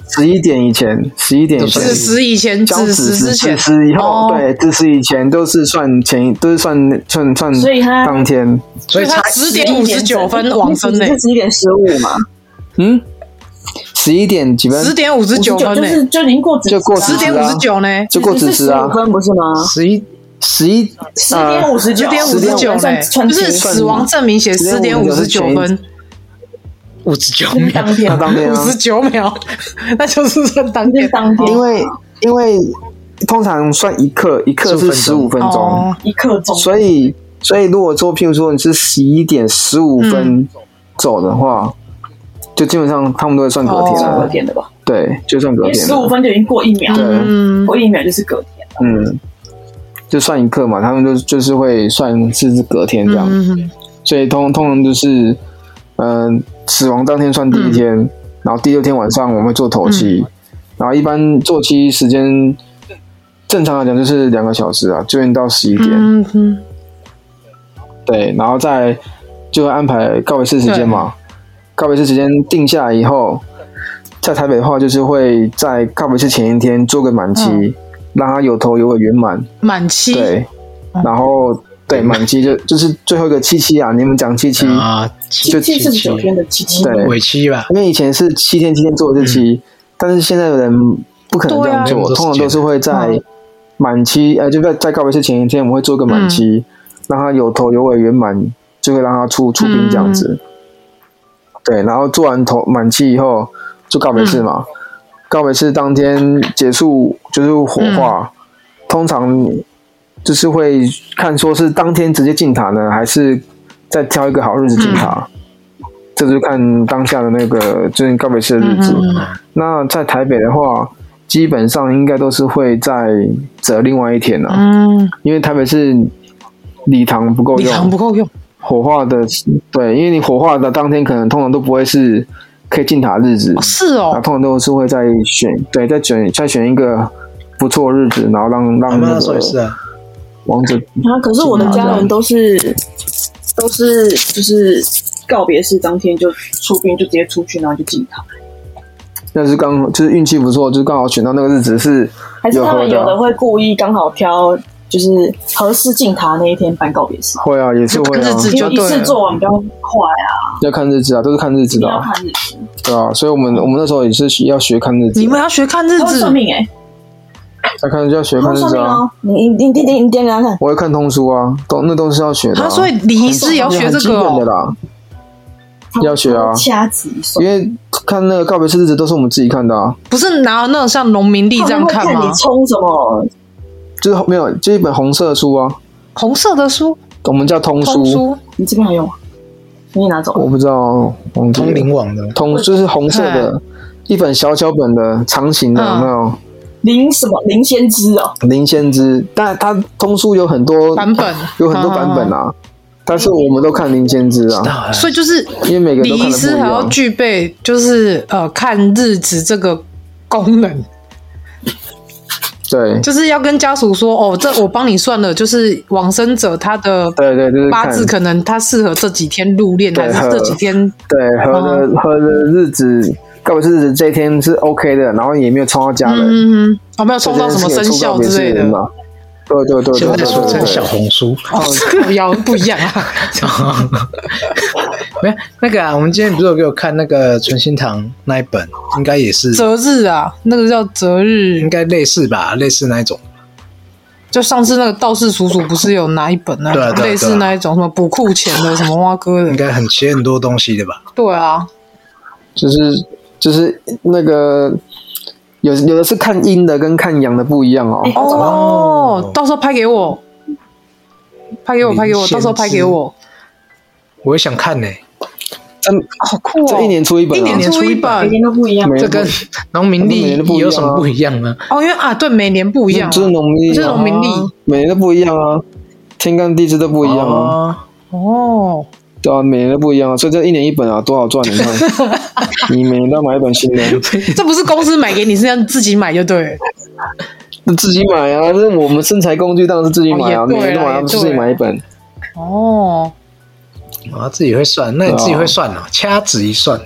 [SPEAKER 2] 十一点以前，十一点以前
[SPEAKER 5] 子。时以前，
[SPEAKER 2] 交
[SPEAKER 5] 子时
[SPEAKER 2] 子
[SPEAKER 5] 之前，
[SPEAKER 2] 子以后，
[SPEAKER 5] 哦，
[SPEAKER 2] 对，子时以前都是算前，都是算算算
[SPEAKER 4] 所以他
[SPEAKER 2] 当天，
[SPEAKER 6] 所以
[SPEAKER 5] 他
[SPEAKER 6] 差
[SPEAKER 5] 嗯十点五十九分往生呢，
[SPEAKER 4] 十一点十五嘛，
[SPEAKER 2] 嗯，十一点几分
[SPEAKER 5] 十点五十九
[SPEAKER 4] 59
[SPEAKER 5] 分
[SPEAKER 4] 就
[SPEAKER 5] 呢，
[SPEAKER 4] 是就已经过子时
[SPEAKER 2] 就过
[SPEAKER 4] 了
[SPEAKER 2] 子
[SPEAKER 5] 十
[SPEAKER 2] 时
[SPEAKER 5] 点
[SPEAKER 2] 啊
[SPEAKER 5] 五十九呢，
[SPEAKER 2] 就过子时啊
[SPEAKER 4] 15，分不是吗？
[SPEAKER 6] 十一
[SPEAKER 2] 十一呃
[SPEAKER 4] 十点五十九，
[SPEAKER 5] 呃十点五十九
[SPEAKER 4] 算
[SPEAKER 5] 呢，
[SPEAKER 4] 算
[SPEAKER 5] 就
[SPEAKER 4] 前
[SPEAKER 5] 是死亡证明写十点五十九分，
[SPEAKER 6] 五十九
[SPEAKER 4] 就
[SPEAKER 5] 嗯
[SPEAKER 4] 是
[SPEAKER 6] 秒，
[SPEAKER 4] 当天
[SPEAKER 2] 那当天
[SPEAKER 5] 五
[SPEAKER 2] 啊
[SPEAKER 5] 十，九秒， <laughs> 那就是算当
[SPEAKER 4] 就是
[SPEAKER 5] 天
[SPEAKER 4] 当天，
[SPEAKER 2] 因为因为通常算一克，一克是十
[SPEAKER 6] 15
[SPEAKER 2] 五分钟，
[SPEAKER 5] 哦，
[SPEAKER 4] 一刻钟，
[SPEAKER 2] 所以所以如果说，譬如说你是十一点十五分走的话，就基本上他们都会算隔天了，
[SPEAKER 4] 哦隔天的吧，
[SPEAKER 2] 对，就算
[SPEAKER 4] 因
[SPEAKER 2] 隔
[SPEAKER 4] 为
[SPEAKER 2] 天
[SPEAKER 4] 十五
[SPEAKER 2] 了，
[SPEAKER 4] 分就已经过一秒，
[SPEAKER 2] 对
[SPEAKER 5] 嗯，
[SPEAKER 4] 过一秒就是隔天，
[SPEAKER 2] 嗯，就算一克嘛，他们就就是会算是隔天这样，
[SPEAKER 5] 嗯，
[SPEAKER 2] 所以通通常就是，嗯、死亡当天算第一天，
[SPEAKER 5] 嗯
[SPEAKER 2] 然后第六天晚上我们会做头七，然后一般做七时间正常来讲就是两个小时啊，九点到十一点，
[SPEAKER 5] 嗯嗯，
[SPEAKER 2] 对，然后再就会安排告别式时间嘛。告别式时间定下来以后，在台北的话，就是会在告别式前一天做个满期，
[SPEAKER 5] 嗯
[SPEAKER 2] 让它有头有尾圆满。
[SPEAKER 5] 满期，嗯
[SPEAKER 2] 对，然后对满期就就是最后一个七七啊，你们讲七七，
[SPEAKER 6] 啊，七
[SPEAKER 2] 就
[SPEAKER 4] 七
[SPEAKER 6] 七
[SPEAKER 4] 四十九
[SPEAKER 6] 七
[SPEAKER 4] 天的七七，
[SPEAKER 2] 对，
[SPEAKER 6] 尾期吧，
[SPEAKER 2] 因为以前是七天七天做日期，但是现在的人不可能这样
[SPEAKER 6] 对
[SPEAKER 2] 做，
[SPEAKER 6] 啊嗯
[SPEAKER 2] 通常都是会在满期，呃，就在在告别式前一天，我们会做个满
[SPEAKER 6] 嗯
[SPEAKER 2] 期，让它有头有尾圆满，就会让它出出殡这样子。
[SPEAKER 6] 嗯
[SPEAKER 2] 对，然后做完头满期以后，就告别
[SPEAKER 6] 嗯
[SPEAKER 2] 式嘛。告别式当天结束就是火
[SPEAKER 6] 嗯
[SPEAKER 2] 化，通常就是会看说是当天直接进塔呢，还是再挑一个好日子
[SPEAKER 6] 嗯
[SPEAKER 2] 进塔。这就看当下的那个就是告别式的日子。
[SPEAKER 4] 嗯
[SPEAKER 2] 那在台北的话，基本上应该都是会在择另外一天啊，
[SPEAKER 5] 嗯，
[SPEAKER 2] 因为台北是礼堂不够
[SPEAKER 5] 礼堂
[SPEAKER 2] 用，
[SPEAKER 5] 不够用，
[SPEAKER 2] 火化的对，因为你火化的当天可能通常都不会是可以进塔的日子，
[SPEAKER 5] 是
[SPEAKER 2] 那、
[SPEAKER 5] 哦，
[SPEAKER 2] 通常都是会再选对，再选再选一个不错的日子，然后让
[SPEAKER 6] 我
[SPEAKER 2] 让
[SPEAKER 6] 们
[SPEAKER 2] 那
[SPEAKER 6] 那时候
[SPEAKER 2] 个
[SPEAKER 6] 也是啊，
[SPEAKER 2] 王者
[SPEAKER 4] 啊，可是我的家人都是都是就是告别式当天就出殡，就直接出去，然后就进堂。
[SPEAKER 2] 那是刚就是运气不错，就是刚好选到那个日子是
[SPEAKER 4] 还是
[SPEAKER 2] 有
[SPEAKER 4] 他
[SPEAKER 2] 合
[SPEAKER 4] 们有
[SPEAKER 2] 的
[SPEAKER 4] 的
[SPEAKER 2] 啊，
[SPEAKER 4] 会故意刚好挑就是合适进堂那一天办告别式，
[SPEAKER 2] 会啊，也是
[SPEAKER 5] 就
[SPEAKER 2] 会
[SPEAKER 5] 看
[SPEAKER 2] 啊
[SPEAKER 5] 日，子
[SPEAKER 4] 因
[SPEAKER 5] 就
[SPEAKER 4] 为一
[SPEAKER 5] 对
[SPEAKER 4] 次
[SPEAKER 5] 了，
[SPEAKER 4] 做完比较快啊，
[SPEAKER 2] 要看日子啊，都是看日
[SPEAKER 4] 一
[SPEAKER 2] 子
[SPEAKER 4] 定
[SPEAKER 2] 的、
[SPEAKER 4] 要
[SPEAKER 2] 啊，
[SPEAKER 4] 看日子。
[SPEAKER 2] 对啊，所以我们我们那时候也是要学看日子啊，
[SPEAKER 5] 你们要学看日
[SPEAKER 4] 他会
[SPEAKER 5] 子
[SPEAKER 4] 算，命哎、
[SPEAKER 2] 要看要学
[SPEAKER 4] 他
[SPEAKER 2] 看
[SPEAKER 4] 会
[SPEAKER 2] 日
[SPEAKER 4] 算
[SPEAKER 2] 子
[SPEAKER 4] 命
[SPEAKER 2] 啊，
[SPEAKER 4] 哦，你你你你你你点给他看，
[SPEAKER 2] 我会看通书啊，都那都是要学的、啊。
[SPEAKER 5] 他所以礼仪师也要学这
[SPEAKER 2] 很基
[SPEAKER 5] 个
[SPEAKER 2] 本的
[SPEAKER 5] 哦，
[SPEAKER 2] 啦，要学啊
[SPEAKER 4] 他会掐指一算
[SPEAKER 2] 因。为看那个告别式日子都是我们自己看的啊，
[SPEAKER 5] 不是拿那种像农民历这样
[SPEAKER 4] 他
[SPEAKER 5] 看
[SPEAKER 4] 们会
[SPEAKER 5] 吗
[SPEAKER 4] 你？冲什么？
[SPEAKER 2] 就是没有就一本红色的书啊，
[SPEAKER 5] 红色的书，
[SPEAKER 2] 我们叫通书，
[SPEAKER 5] 通书，
[SPEAKER 4] 你这边还有吗？你也拿走
[SPEAKER 2] 我不知道忘记了
[SPEAKER 6] 通灵网的，
[SPEAKER 2] 通就是红色的，一本小小本的长形的，
[SPEAKER 5] 嗯
[SPEAKER 2] 有没有
[SPEAKER 4] 林什么林先知哦，
[SPEAKER 2] 林先知，但它通书有很多
[SPEAKER 5] 版本嗯
[SPEAKER 2] 有很多版本啊。但是我们都看林先知啊，
[SPEAKER 1] 到了，
[SPEAKER 5] 所以就是
[SPEAKER 2] 因为每个人
[SPEAKER 5] 李
[SPEAKER 2] 都看
[SPEAKER 5] 医
[SPEAKER 2] 得不
[SPEAKER 5] 师
[SPEAKER 2] 一
[SPEAKER 5] 还要
[SPEAKER 2] 样。
[SPEAKER 5] 具备就是呃看日子这个功能，
[SPEAKER 2] 对
[SPEAKER 5] 就是要跟家属说哦，这我帮你算了，就是往生者他的
[SPEAKER 2] 对对，就是
[SPEAKER 5] 八
[SPEAKER 2] 看
[SPEAKER 5] 字可能他适合这几天入殓，
[SPEAKER 2] 对
[SPEAKER 5] 还是这几天
[SPEAKER 2] 对合
[SPEAKER 5] 嗯
[SPEAKER 2] 的合的日子，告别日子这一天是 OK 的，然后也没有冲到家人，
[SPEAKER 5] 嗯嗯嗯，哦没有
[SPEAKER 2] 这
[SPEAKER 5] 冲
[SPEAKER 2] 件
[SPEAKER 5] 到
[SPEAKER 2] 事
[SPEAKER 5] 什么
[SPEAKER 2] 情
[SPEAKER 5] 生
[SPEAKER 2] 也冲
[SPEAKER 5] 肖
[SPEAKER 2] 到别
[SPEAKER 5] 之类
[SPEAKER 2] 人
[SPEAKER 5] 的，
[SPEAKER 2] 嘛。对对对
[SPEAKER 6] 现
[SPEAKER 2] 对
[SPEAKER 6] 在
[SPEAKER 2] 对
[SPEAKER 6] 俗
[SPEAKER 2] 对
[SPEAKER 6] 称
[SPEAKER 2] 对
[SPEAKER 6] 小，红书。
[SPEAKER 5] 哦要不一
[SPEAKER 2] <laughs>
[SPEAKER 5] 样啊，
[SPEAKER 6] 没有那个啊，我们今天不是有给我看那个存心堂那一本，应该也是，
[SPEAKER 5] 择日啊，那个叫择日
[SPEAKER 6] 应，该类似吧，类似那一种。
[SPEAKER 5] 就上次那个道士叔叔不是有拿一本那
[SPEAKER 6] 对啊对啊
[SPEAKER 5] 类似那一种什么补库钱
[SPEAKER 2] <laughs>
[SPEAKER 5] 的什么蛙哥
[SPEAKER 6] 应
[SPEAKER 5] 的，
[SPEAKER 6] 该很写很多东西的吧？
[SPEAKER 5] 对啊，
[SPEAKER 2] 就是就是那个有有的是看阴的跟看阳的不一样哦。
[SPEAKER 5] 哎哦，到时候拍给我，拍给我，
[SPEAKER 6] 林
[SPEAKER 5] 拍给我，
[SPEAKER 6] 先知
[SPEAKER 5] 到时候拍给我，
[SPEAKER 6] 我也想看呢、
[SPEAKER 2] 嗯，
[SPEAKER 5] 好酷
[SPEAKER 2] 这
[SPEAKER 5] 哦！
[SPEAKER 2] 一年出一本、啊，
[SPEAKER 5] 一年出一
[SPEAKER 4] 每
[SPEAKER 5] 本
[SPEAKER 4] 天都不一样。
[SPEAKER 2] 每
[SPEAKER 6] 这跟农民历
[SPEAKER 2] 啊
[SPEAKER 6] 有什么不一样呢？
[SPEAKER 5] 哦，因为啊，对，每年不一样啊，
[SPEAKER 2] 就是农历、啊，
[SPEAKER 5] 这种名利
[SPEAKER 2] 每年都不一样啊，天干地支都不一样啊，
[SPEAKER 6] 哦，
[SPEAKER 5] 哦，
[SPEAKER 2] 对啊，每年都不一样啊，所以这一年一本啊，多好赚！你看，你每年都要买一本新的，
[SPEAKER 5] 这不是公司买给你，是要自己买就对了。
[SPEAKER 2] 那自己买啊，这我们身材工具当然是自己买啊，
[SPEAKER 5] 哦也对
[SPEAKER 2] 每年
[SPEAKER 5] 啦
[SPEAKER 2] 都买
[SPEAKER 5] 也
[SPEAKER 2] 啊，
[SPEAKER 5] 对
[SPEAKER 2] 自己买一本，
[SPEAKER 5] 哦，
[SPEAKER 6] 啊，自己会算，那你自己会算啊，掐指一算，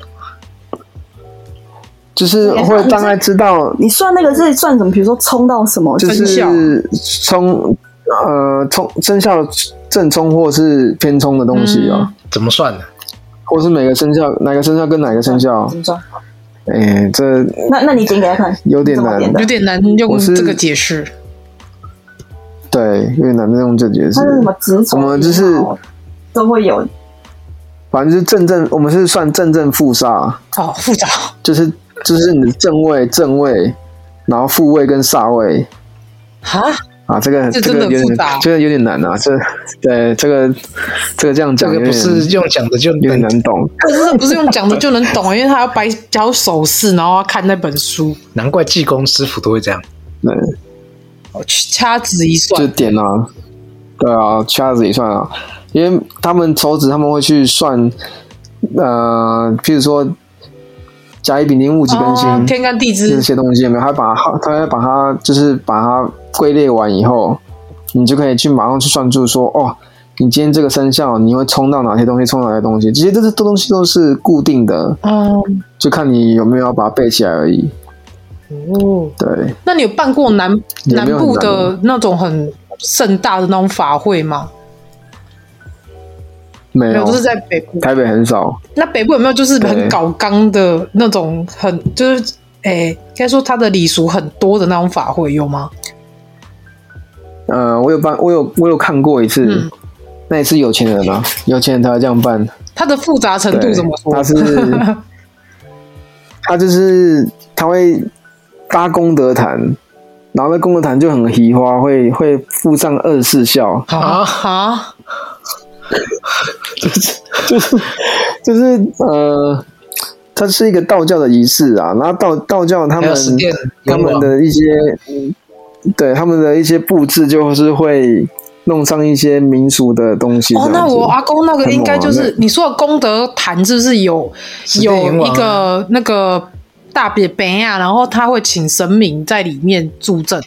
[SPEAKER 2] 就是会大概知道，
[SPEAKER 4] 你算那个是算什么？比如说冲到什么？
[SPEAKER 2] 就
[SPEAKER 5] 生肖
[SPEAKER 2] 是冲呃冲生肖正冲或是偏冲的东西啊，
[SPEAKER 6] 怎么算呢？
[SPEAKER 2] 或是每个生肖哪个生肖跟哪个生肖
[SPEAKER 4] 怎，么算？
[SPEAKER 2] 哎，这
[SPEAKER 4] 那那你点给他看，
[SPEAKER 2] 有点
[SPEAKER 4] 你怎么
[SPEAKER 2] 难
[SPEAKER 4] 点的
[SPEAKER 5] 有。点难
[SPEAKER 2] 我
[SPEAKER 5] 用
[SPEAKER 2] 是
[SPEAKER 5] 这个解释。
[SPEAKER 2] 对有点难用这解释
[SPEAKER 4] 它是什么子丑？
[SPEAKER 2] 我们就是
[SPEAKER 4] 都会有
[SPEAKER 2] 反正就是正正，我们是算正正负煞，啊
[SPEAKER 5] 好复杂，
[SPEAKER 2] 就是就是你的正位、正位，然后复位跟煞位
[SPEAKER 5] <laughs> 哈，
[SPEAKER 2] 啊，这个
[SPEAKER 5] 这
[SPEAKER 2] 这
[SPEAKER 5] 真
[SPEAKER 2] 个
[SPEAKER 5] 的
[SPEAKER 2] 有
[SPEAKER 5] 复
[SPEAKER 2] 点
[SPEAKER 5] 杂
[SPEAKER 2] 这个有点难啊，这对这个这个这样
[SPEAKER 6] 这
[SPEAKER 2] 讲
[SPEAKER 6] 个
[SPEAKER 2] 有
[SPEAKER 6] 不是
[SPEAKER 2] 点
[SPEAKER 6] 用讲的就
[SPEAKER 2] 有点
[SPEAKER 6] 能
[SPEAKER 2] 难懂，
[SPEAKER 5] 这真的不是用讲的就能懂，因为他要摆脚手势，然后要看那本书，
[SPEAKER 6] 难怪济公师傅都会这样。
[SPEAKER 2] 对，
[SPEAKER 5] 哦掐指一
[SPEAKER 2] 就
[SPEAKER 5] 算，
[SPEAKER 2] 点啊，对啊，掐指一算啊，因为他们手指他们会去算，呃，譬如说甲乙丙丁戊己庚辛、
[SPEAKER 5] 哦，天干地
[SPEAKER 2] 这
[SPEAKER 5] 支，
[SPEAKER 2] 些东西有没有？他把它，他会把它，就是把它归类完以后，你就可以去马上去算出说，哦，你今天这个生肖你会冲到哪些东西，冲到哪些东西，这些这些东西都是固定的，
[SPEAKER 5] 哦
[SPEAKER 2] 就看你有没有要把它背起来而已。
[SPEAKER 5] 哦，
[SPEAKER 2] 对，
[SPEAKER 5] 那你有办过南
[SPEAKER 2] 也
[SPEAKER 5] 南
[SPEAKER 2] 没有很
[SPEAKER 5] 部
[SPEAKER 2] 难
[SPEAKER 5] 的那种很盛大的那种法会吗？
[SPEAKER 2] 没
[SPEAKER 5] 没
[SPEAKER 2] 有，
[SPEAKER 5] 有，就是在北部。
[SPEAKER 2] 台北很少。
[SPEAKER 5] 那北部有没有就是
[SPEAKER 2] 对
[SPEAKER 5] 很搞纲的那种很，就是诶，应该说它的礼俗很多的那种法会有吗？
[SPEAKER 2] 呃，我有办，我有我有看过一次，
[SPEAKER 5] 嗯
[SPEAKER 2] 那也是有钱人啊，有钱人才会这样办。
[SPEAKER 5] 它的复杂程度
[SPEAKER 2] 对，
[SPEAKER 5] 怎么
[SPEAKER 2] 他
[SPEAKER 5] 说？ <laughs>
[SPEAKER 2] 是他就是他会搭功德坛，然后那功德坛就很奇花，会会附上二十四孝，
[SPEAKER 5] 啊啊！
[SPEAKER 2] 就是呃，它是一个道教的仪式啊。然后道道教他
[SPEAKER 6] 还
[SPEAKER 2] 们
[SPEAKER 6] 有十殿
[SPEAKER 2] 他
[SPEAKER 6] 阎
[SPEAKER 2] 们
[SPEAKER 6] 王，
[SPEAKER 2] 的一些对他们的一些布置，就是会弄上一些民俗的东西这
[SPEAKER 5] 哦
[SPEAKER 2] 样，子。
[SPEAKER 5] 那我阿公那个
[SPEAKER 2] 很猛啊
[SPEAKER 5] 应该就是你说的功德坛，是不是有
[SPEAKER 6] 十殿阎
[SPEAKER 5] 有
[SPEAKER 6] 王
[SPEAKER 5] 一
[SPEAKER 6] 啊
[SPEAKER 5] 个那个大瘪杯啊？然后他会请神明在里面助阵，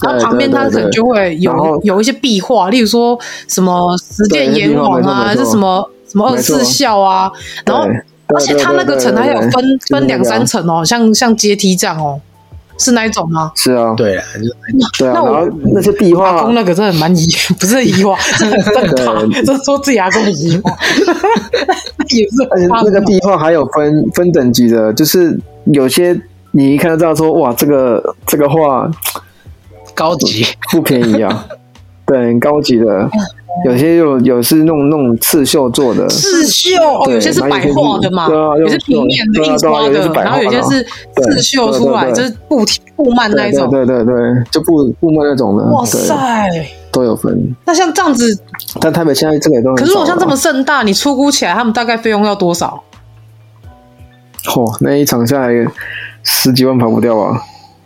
[SPEAKER 5] 然后
[SPEAKER 2] 对
[SPEAKER 5] 旁边
[SPEAKER 2] 对
[SPEAKER 5] 他
[SPEAKER 2] 对
[SPEAKER 5] 可能
[SPEAKER 2] 对
[SPEAKER 5] 就会
[SPEAKER 2] 然后
[SPEAKER 5] 有有一些壁画，例如说什么十殿阎王啊，
[SPEAKER 2] 对那壁画没错
[SPEAKER 5] 还
[SPEAKER 2] 没错
[SPEAKER 5] 是什么什么二十四孝啊，然后
[SPEAKER 2] 对
[SPEAKER 5] 而且它那个层还有分分两三，层哦，像像阶梯这样哦，是那一种吗？
[SPEAKER 2] 对对对对对对对是啊，
[SPEAKER 6] 对了，就
[SPEAKER 2] 对啊，然
[SPEAKER 5] 那我
[SPEAKER 2] 后那些壁画
[SPEAKER 5] 阿公那个真的蛮疑，不是疑
[SPEAKER 2] <laughs>
[SPEAKER 5] 惑，真的很大，
[SPEAKER 2] 对
[SPEAKER 5] 这说自己阿公疑惑，也是
[SPEAKER 2] 而且
[SPEAKER 5] 很怕
[SPEAKER 2] <laughs> 那个壁画还有分分等级的，就是有些你一看就知道说，哇，这个这个画
[SPEAKER 6] 高级。
[SPEAKER 2] 不便宜
[SPEAKER 5] <laughs>
[SPEAKER 2] 啊，对，很高级
[SPEAKER 5] 嗯
[SPEAKER 2] 的。有些有有是弄弄刺绣做的，
[SPEAKER 5] 刺绣哦，
[SPEAKER 2] 对
[SPEAKER 5] 有些是白画的嘛，
[SPEAKER 2] 然后
[SPEAKER 5] 有
[SPEAKER 2] 有些
[SPEAKER 5] 些
[SPEAKER 2] 是对啊
[SPEAKER 5] 平面的
[SPEAKER 2] 用
[SPEAKER 5] 印刷
[SPEAKER 2] 对啊对啊有些
[SPEAKER 5] 的
[SPEAKER 2] 是，白
[SPEAKER 5] 然后有
[SPEAKER 2] 画的
[SPEAKER 5] 些是刺绣出来，
[SPEAKER 2] 对对对
[SPEAKER 5] 就是布布幔那
[SPEAKER 2] 对
[SPEAKER 5] 一种。
[SPEAKER 2] 对对对对，就布布漫那种的，
[SPEAKER 5] 哇
[SPEAKER 2] 对，
[SPEAKER 5] 塞！
[SPEAKER 2] 都有分。
[SPEAKER 5] 那像这样子，
[SPEAKER 2] 但台北现在这个也都很
[SPEAKER 5] 可是
[SPEAKER 2] 少啊
[SPEAKER 5] 如
[SPEAKER 2] 了
[SPEAKER 5] 果像这么盛大，你出估起来，他们大概费用要多少？
[SPEAKER 2] 嚯，那一场下来十几万跑不掉吧？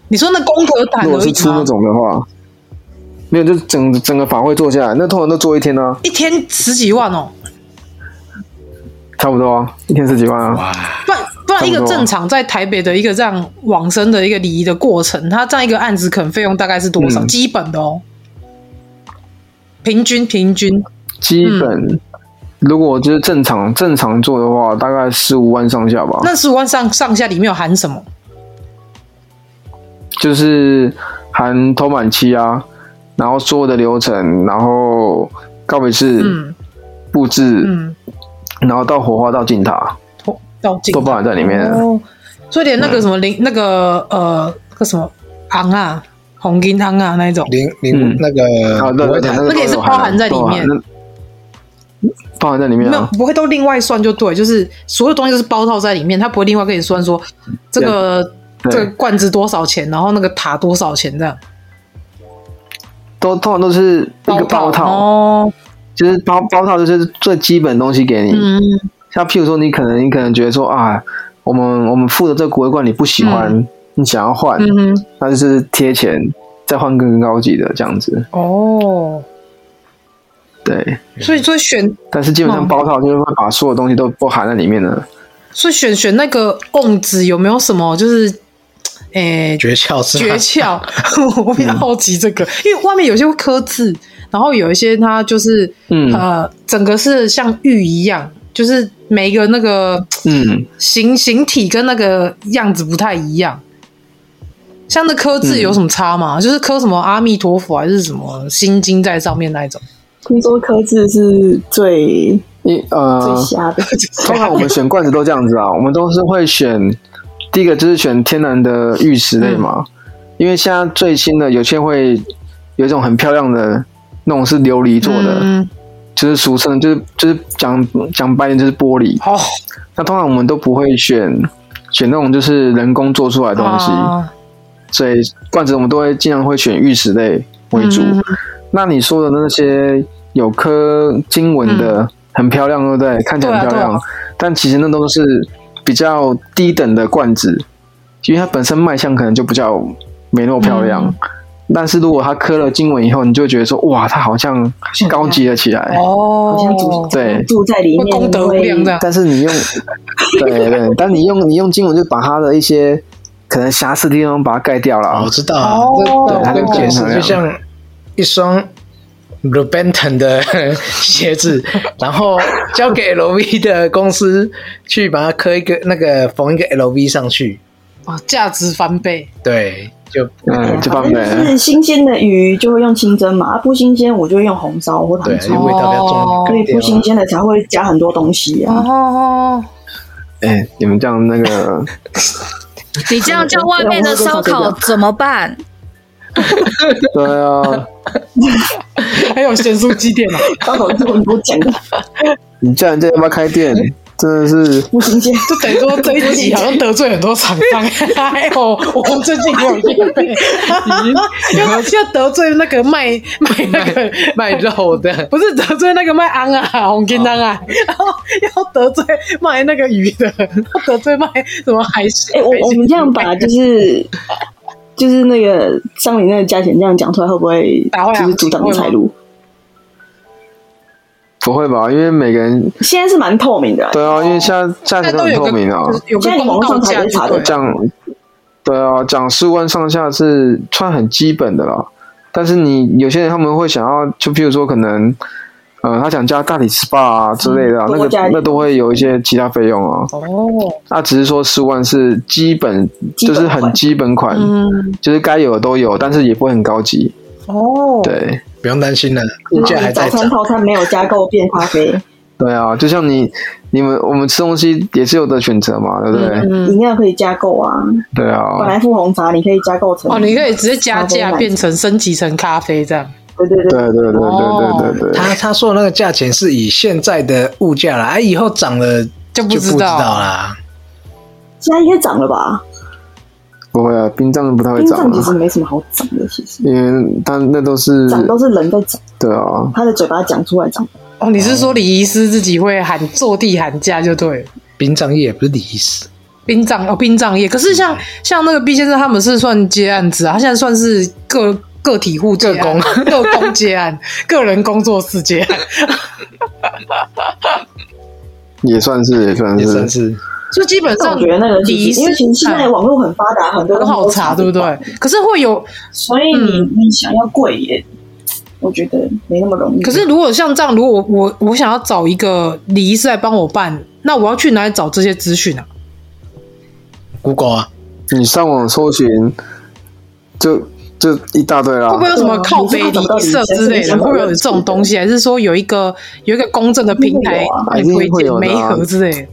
[SPEAKER 5] 你说那功德坛
[SPEAKER 2] 如果
[SPEAKER 5] 而
[SPEAKER 2] 是
[SPEAKER 5] 已
[SPEAKER 2] 出那
[SPEAKER 5] 吗？
[SPEAKER 2] 种的话，没有，就是整整个法会做下来，那通常都做一天啊，
[SPEAKER 5] 一天十几万哦，
[SPEAKER 2] 差不多啊，一天十几万啊。
[SPEAKER 5] 不然不然一
[SPEAKER 2] 差
[SPEAKER 5] 个
[SPEAKER 2] 不多
[SPEAKER 5] 正常在台北的一个这样往生的一个礼仪的过程，他这样一个案子可能费用大概是多少？
[SPEAKER 2] 嗯
[SPEAKER 5] 基本的哦，平均平均
[SPEAKER 2] 哦基本、
[SPEAKER 5] 嗯
[SPEAKER 2] 如果就是正常正常做的话，大概十五万上下吧。
[SPEAKER 5] 那十五万上上下里面有含什么？
[SPEAKER 2] 就是含头满期啊，然后所有的流程，然后告别式、
[SPEAKER 5] 嗯
[SPEAKER 2] 布置，
[SPEAKER 5] 嗯，
[SPEAKER 2] 然后到火化到进塔，
[SPEAKER 5] 投到进
[SPEAKER 2] 都包含在里面。啊嗯
[SPEAKER 5] 哦，所以连那个什么零、那个呃那个什么昂啊红金昂啊那一种，
[SPEAKER 6] 灵灵
[SPEAKER 2] 嗯
[SPEAKER 6] 那
[SPEAKER 2] 啊，
[SPEAKER 6] 个
[SPEAKER 2] 对
[SPEAKER 6] 不
[SPEAKER 2] 对
[SPEAKER 6] 会
[SPEAKER 2] 对，
[SPEAKER 6] 弹
[SPEAKER 2] 那
[SPEAKER 5] 那个也是
[SPEAKER 2] 都有
[SPEAKER 5] 包含在里面，
[SPEAKER 2] 都有含那包含在里面
[SPEAKER 5] 没有
[SPEAKER 2] 啊。
[SPEAKER 5] 不会都另外算就对，就是所有东西都是包套在里面，他不会另外跟你算说这个
[SPEAKER 2] 对
[SPEAKER 5] 这个罐子多少钱，然后那个塔多少钱这样。
[SPEAKER 2] 都通常都是一个包套，
[SPEAKER 5] 哦，
[SPEAKER 2] 就是包包套就是最基本的东西给你。
[SPEAKER 5] 嗯，
[SPEAKER 2] 像譬如说，你可能你可能觉得说啊，我们我们付的这个骨灰罐你不喜欢，你想要换，
[SPEAKER 5] 嗯哼，
[SPEAKER 2] 那就是贴钱再换更高级的这样子。
[SPEAKER 5] 哦，
[SPEAKER 2] 对，
[SPEAKER 5] 所以所以选
[SPEAKER 2] 但是基本上
[SPEAKER 5] 嗯
[SPEAKER 2] 包套就是会把所有东西都包含在里面的。
[SPEAKER 5] 所以选选那个瓮子有没有什么就是，诶、
[SPEAKER 6] 诀窍是
[SPEAKER 2] 啊
[SPEAKER 5] 诀
[SPEAKER 6] 吧？
[SPEAKER 5] 窍， <laughs> 我比较好奇这
[SPEAKER 2] 嗯
[SPEAKER 5] 个，因为外面有些会刻字，然后有一些它就是，
[SPEAKER 2] 嗯
[SPEAKER 5] 呃，整个是像玉一样，就是每一个那个
[SPEAKER 2] 嗯，
[SPEAKER 5] 形形体跟那个样子不太一样。像那刻字
[SPEAKER 2] 嗯
[SPEAKER 5] 有什么差吗？就是刻什么阿弥陀佛还是什么心经在上面那一种？
[SPEAKER 4] 听说科字是最
[SPEAKER 2] 一
[SPEAKER 4] 最
[SPEAKER 2] 呃，
[SPEAKER 4] 瞎的，
[SPEAKER 2] 通常我们选罐子都这样子啊，我们都是会选第一个就是选天然的玉石类嘛，因为现在最新的有些会有一种很漂亮的那种是琉璃做的，
[SPEAKER 5] 嗯，
[SPEAKER 2] 就是俗称就是就是讲讲白点就是玻璃。
[SPEAKER 5] 好、
[SPEAKER 2] 那通常我们都不会选选那种就是人工做出来的东西，
[SPEAKER 5] 啊
[SPEAKER 2] 所以罐子我们都会尽量会选玉石类为主。
[SPEAKER 5] 嗯
[SPEAKER 2] 那你说的那些有刻经文的，很漂亮，对不对？看起来很漂
[SPEAKER 5] 对啊
[SPEAKER 2] 亮，
[SPEAKER 5] 对啊
[SPEAKER 2] 但其实那都是比较低等的罐子，因为它本身卖相可能就比较没那么漂亮。
[SPEAKER 5] 嗯
[SPEAKER 2] 但是如果它刻了经文以后，你就会觉得说，哇，它好像高级了起来。
[SPEAKER 5] 哦，
[SPEAKER 4] 好像住
[SPEAKER 2] 对
[SPEAKER 4] 住在里
[SPEAKER 5] 会
[SPEAKER 4] 面
[SPEAKER 5] 功德无量这样。
[SPEAKER 2] 但是你用，对对，
[SPEAKER 5] <laughs>
[SPEAKER 2] 但你用你用经文就把它的一些可能瑕疵的地方把它盖掉了
[SPEAKER 6] 啊
[SPEAKER 2] 啊
[SPEAKER 6] 我。知道啊，
[SPEAKER 5] 哦
[SPEAKER 6] 这这个解释
[SPEAKER 2] 对
[SPEAKER 6] 就像一双 r e b e n t o n 的 <laughs> 鞋子，然后交给 LV <laughs> 的公司去把它刻一个那个缝一个 LV 上去，
[SPEAKER 5] 啊，价值翻倍。
[SPEAKER 6] 对，就
[SPEAKER 2] 嗯，
[SPEAKER 5] 啊
[SPEAKER 2] 就放
[SPEAKER 4] 反
[SPEAKER 2] 对
[SPEAKER 4] 正就是新鲜的鱼就会用清蒸嘛，啊不新鲜我就会用红烧或糖
[SPEAKER 6] 对，就
[SPEAKER 4] 醋，
[SPEAKER 6] 味道比较重
[SPEAKER 5] 哦
[SPEAKER 6] 一
[SPEAKER 4] 所以
[SPEAKER 6] 点
[SPEAKER 4] 不
[SPEAKER 6] 点
[SPEAKER 4] 新
[SPEAKER 6] 嘛。
[SPEAKER 4] 鲜的才会加很多东西啊。
[SPEAKER 5] 哦，
[SPEAKER 2] 哎、你们这样那
[SPEAKER 4] <laughs>
[SPEAKER 2] 个
[SPEAKER 7] 你这样叫外面的烧烤怎么办？
[SPEAKER 2] 对啊，
[SPEAKER 5] 还有咸酥鸡店
[SPEAKER 6] <laughs>
[SPEAKER 5] 啊，
[SPEAKER 4] 烧烤是很多讲
[SPEAKER 5] <laughs>
[SPEAKER 4] 的，
[SPEAKER 2] 你叫人家要不要开店，真的是
[SPEAKER 4] 不新鲜。
[SPEAKER 5] 就等于说这一集好啊像得罪很多厂
[SPEAKER 6] <laughs>
[SPEAKER 5] 商。
[SPEAKER 6] 哎
[SPEAKER 5] 还有我们最近也有业配，要要得罪那个卖卖那个
[SPEAKER 6] 卖肉的，
[SPEAKER 5] 不是得罪那个卖安啊、红金安啊，然后要得罪卖那个鱼的，要得罪卖什么海
[SPEAKER 4] <laughs>
[SPEAKER 5] 鲜
[SPEAKER 4] 哎、？我我们这样把就是就是那个上面那个价钱这样讲出来，会不会
[SPEAKER 5] 打坏良
[SPEAKER 4] 就是
[SPEAKER 5] 心
[SPEAKER 4] 阻挡
[SPEAKER 5] 会吗
[SPEAKER 4] 财路？不
[SPEAKER 2] 不会吧？因为每个人
[SPEAKER 4] 现在是蛮透明的啊、
[SPEAKER 2] 对啊，因为现在价
[SPEAKER 5] 现在
[SPEAKER 2] 钱都
[SPEAKER 5] 都
[SPEAKER 2] 很
[SPEAKER 5] 有
[SPEAKER 2] 透
[SPEAKER 5] 个
[SPEAKER 2] 明啊，
[SPEAKER 5] 有个
[SPEAKER 4] 现在你
[SPEAKER 5] 公
[SPEAKER 4] 网
[SPEAKER 5] 道
[SPEAKER 4] 上查
[SPEAKER 5] 价
[SPEAKER 4] 也
[SPEAKER 5] 就
[SPEAKER 4] 查得
[SPEAKER 5] 对了
[SPEAKER 4] 到
[SPEAKER 2] 讲对啊，讲十万上下是算很基本的啦。但是你有些人他们会想要，就譬如说可能，呃，他想加大理 SPA 啊之类的啊、
[SPEAKER 4] 嗯
[SPEAKER 2] 那
[SPEAKER 4] 多加
[SPEAKER 2] 个
[SPEAKER 4] 一点
[SPEAKER 2] 那都会有一些其他费用啊。
[SPEAKER 5] 哦，
[SPEAKER 2] 那只是说十万是基本，
[SPEAKER 4] 基
[SPEAKER 2] 就
[SPEAKER 4] 本
[SPEAKER 2] 是
[SPEAKER 4] 款
[SPEAKER 2] 很基本款，
[SPEAKER 5] 嗯，
[SPEAKER 2] 就是该有的都有，但是也不会很高级。
[SPEAKER 5] 哦，
[SPEAKER 2] 对，
[SPEAKER 6] 不用担心了，物
[SPEAKER 4] 就是
[SPEAKER 6] 价还
[SPEAKER 4] 你
[SPEAKER 6] 在
[SPEAKER 4] 早餐
[SPEAKER 6] 涨。
[SPEAKER 4] 套餐没有加购变咖啡，
[SPEAKER 2] 对啊，就像你你们我们吃东西也是有的选择嘛，对不对？
[SPEAKER 5] 嗯，
[SPEAKER 4] 饮料可以加购啊。
[SPEAKER 2] 对
[SPEAKER 4] 本
[SPEAKER 2] 啊，
[SPEAKER 4] 来富红茶你可以加购成
[SPEAKER 5] 哦，你可以直接加价
[SPEAKER 4] 咖啡奶
[SPEAKER 5] 变成升级成咖啡这样。
[SPEAKER 4] 对对
[SPEAKER 2] 对对
[SPEAKER 4] 对，
[SPEAKER 2] 对
[SPEAKER 5] 哦
[SPEAKER 2] 对对对对，
[SPEAKER 6] 他他说的那个价钱是以现在的物价啦，啊，以后涨了
[SPEAKER 5] 就不
[SPEAKER 6] 不
[SPEAKER 5] 知道
[SPEAKER 6] 啦。
[SPEAKER 4] 现在应该涨了吧？
[SPEAKER 2] 不会啊，冰杖不太会
[SPEAKER 4] 冰
[SPEAKER 2] 涨
[SPEAKER 4] 杖其
[SPEAKER 2] 啊
[SPEAKER 4] 实，没什么好涨的，其实
[SPEAKER 2] 因为它那都是
[SPEAKER 4] 涨都是人在涨，
[SPEAKER 2] 对啊，
[SPEAKER 4] 他的嘴巴讲出来涨。
[SPEAKER 5] 哦，你是说礼仪师自己会喊坐地喊价就对了。
[SPEAKER 6] 殡葬业也不是礼仪师，
[SPEAKER 5] 殡
[SPEAKER 4] 嗯
[SPEAKER 5] 葬哦，殡葬业，可是像像那个毕先生他们是算接案子啊，他现在算是各个体户接案
[SPEAKER 6] 个工
[SPEAKER 5] <laughs> 个工接案、个人工作室
[SPEAKER 4] <laughs>
[SPEAKER 5] 接案，
[SPEAKER 2] 也算是也算
[SPEAKER 5] 嗯
[SPEAKER 6] 也算
[SPEAKER 2] 是，
[SPEAKER 6] 是
[SPEAKER 5] 就基本
[SPEAKER 4] 但
[SPEAKER 5] 上
[SPEAKER 4] 我觉得那个就是
[SPEAKER 5] 离
[SPEAKER 4] 因为其实现在网络很发达，很多
[SPEAKER 5] 很好查，对不嗯对？可是会有
[SPEAKER 4] 所以你、你想要贵也，我觉得没那么容易。
[SPEAKER 5] 可是如果像这样，如果我我我想要找一个礼仪师来帮我办，那我要去哪里找这些资讯啊？
[SPEAKER 6] Google 啊，
[SPEAKER 2] 你上网搜寻，就就一大堆啦
[SPEAKER 4] 哦
[SPEAKER 5] 会不。会有什
[SPEAKER 4] 啊
[SPEAKER 5] 么靠背礼仪社之类的？会不会有这种东西？还是说有一个有一个公正的平台来
[SPEAKER 2] 一
[SPEAKER 5] 推
[SPEAKER 2] 定会
[SPEAKER 5] 荐
[SPEAKER 2] 有啊
[SPEAKER 5] 媒合之类的？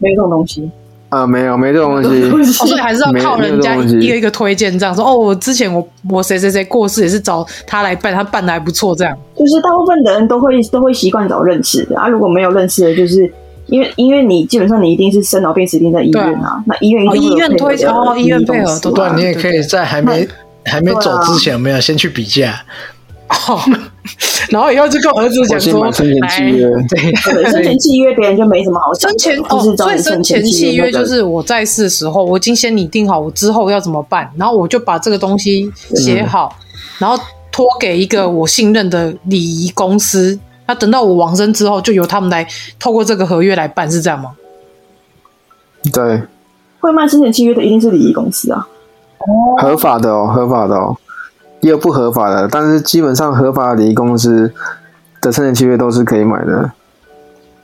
[SPEAKER 4] 没这种东西，
[SPEAKER 2] 啊，没有没这种东西，
[SPEAKER 5] 哦，所以还是要靠
[SPEAKER 2] 没有没
[SPEAKER 5] 人家
[SPEAKER 2] 有这种东西
[SPEAKER 5] 一个一个推荐，这样说哦，我之前我我谁谁谁过世也是找他来办，他办的还不错，这样
[SPEAKER 4] <laughs> 就是大部分的人都会都会习惯找认识的啊，如果没有认识的，就是。因为因为你基本上你一定是生老病死一定在医院啊，那医院一定会有
[SPEAKER 5] 哦医院推
[SPEAKER 4] 配
[SPEAKER 5] 荐
[SPEAKER 4] 合的
[SPEAKER 5] 哦医院配合
[SPEAKER 4] 公司
[SPEAKER 5] 都
[SPEAKER 4] 啊
[SPEAKER 5] 对
[SPEAKER 6] 不然你也可以在还没还没走之前，有没有先去比价？
[SPEAKER 5] 哦，然后以后就跟我儿子
[SPEAKER 2] 我
[SPEAKER 5] 讲
[SPEAKER 2] 先
[SPEAKER 5] 说
[SPEAKER 2] 买生，前契
[SPEAKER 5] 来
[SPEAKER 2] 约，
[SPEAKER 4] 对，生前契约别人就没什么好讲
[SPEAKER 5] 生
[SPEAKER 4] 的，
[SPEAKER 5] 前
[SPEAKER 4] 就
[SPEAKER 5] 哦
[SPEAKER 4] 是，找
[SPEAKER 5] 所
[SPEAKER 4] 你
[SPEAKER 5] 以生前契
[SPEAKER 4] 那
[SPEAKER 5] 约
[SPEAKER 4] 个
[SPEAKER 5] 就是我在世的时候，我已经先拟定好我之后要怎么办，然后我就把这个东西
[SPEAKER 2] 嗯
[SPEAKER 5] 写好，然后托给一个我信任的礼仪公司。那等到我往生之后，就由他们来透过这个合约来办，是这样吗？
[SPEAKER 2] 对，
[SPEAKER 4] 会卖生前契约的一定是礼仪公司啊，
[SPEAKER 2] 合法的哦，合法的哦，也有不合法的，但是基本上合法的礼仪公司的生前契约都是可以买的。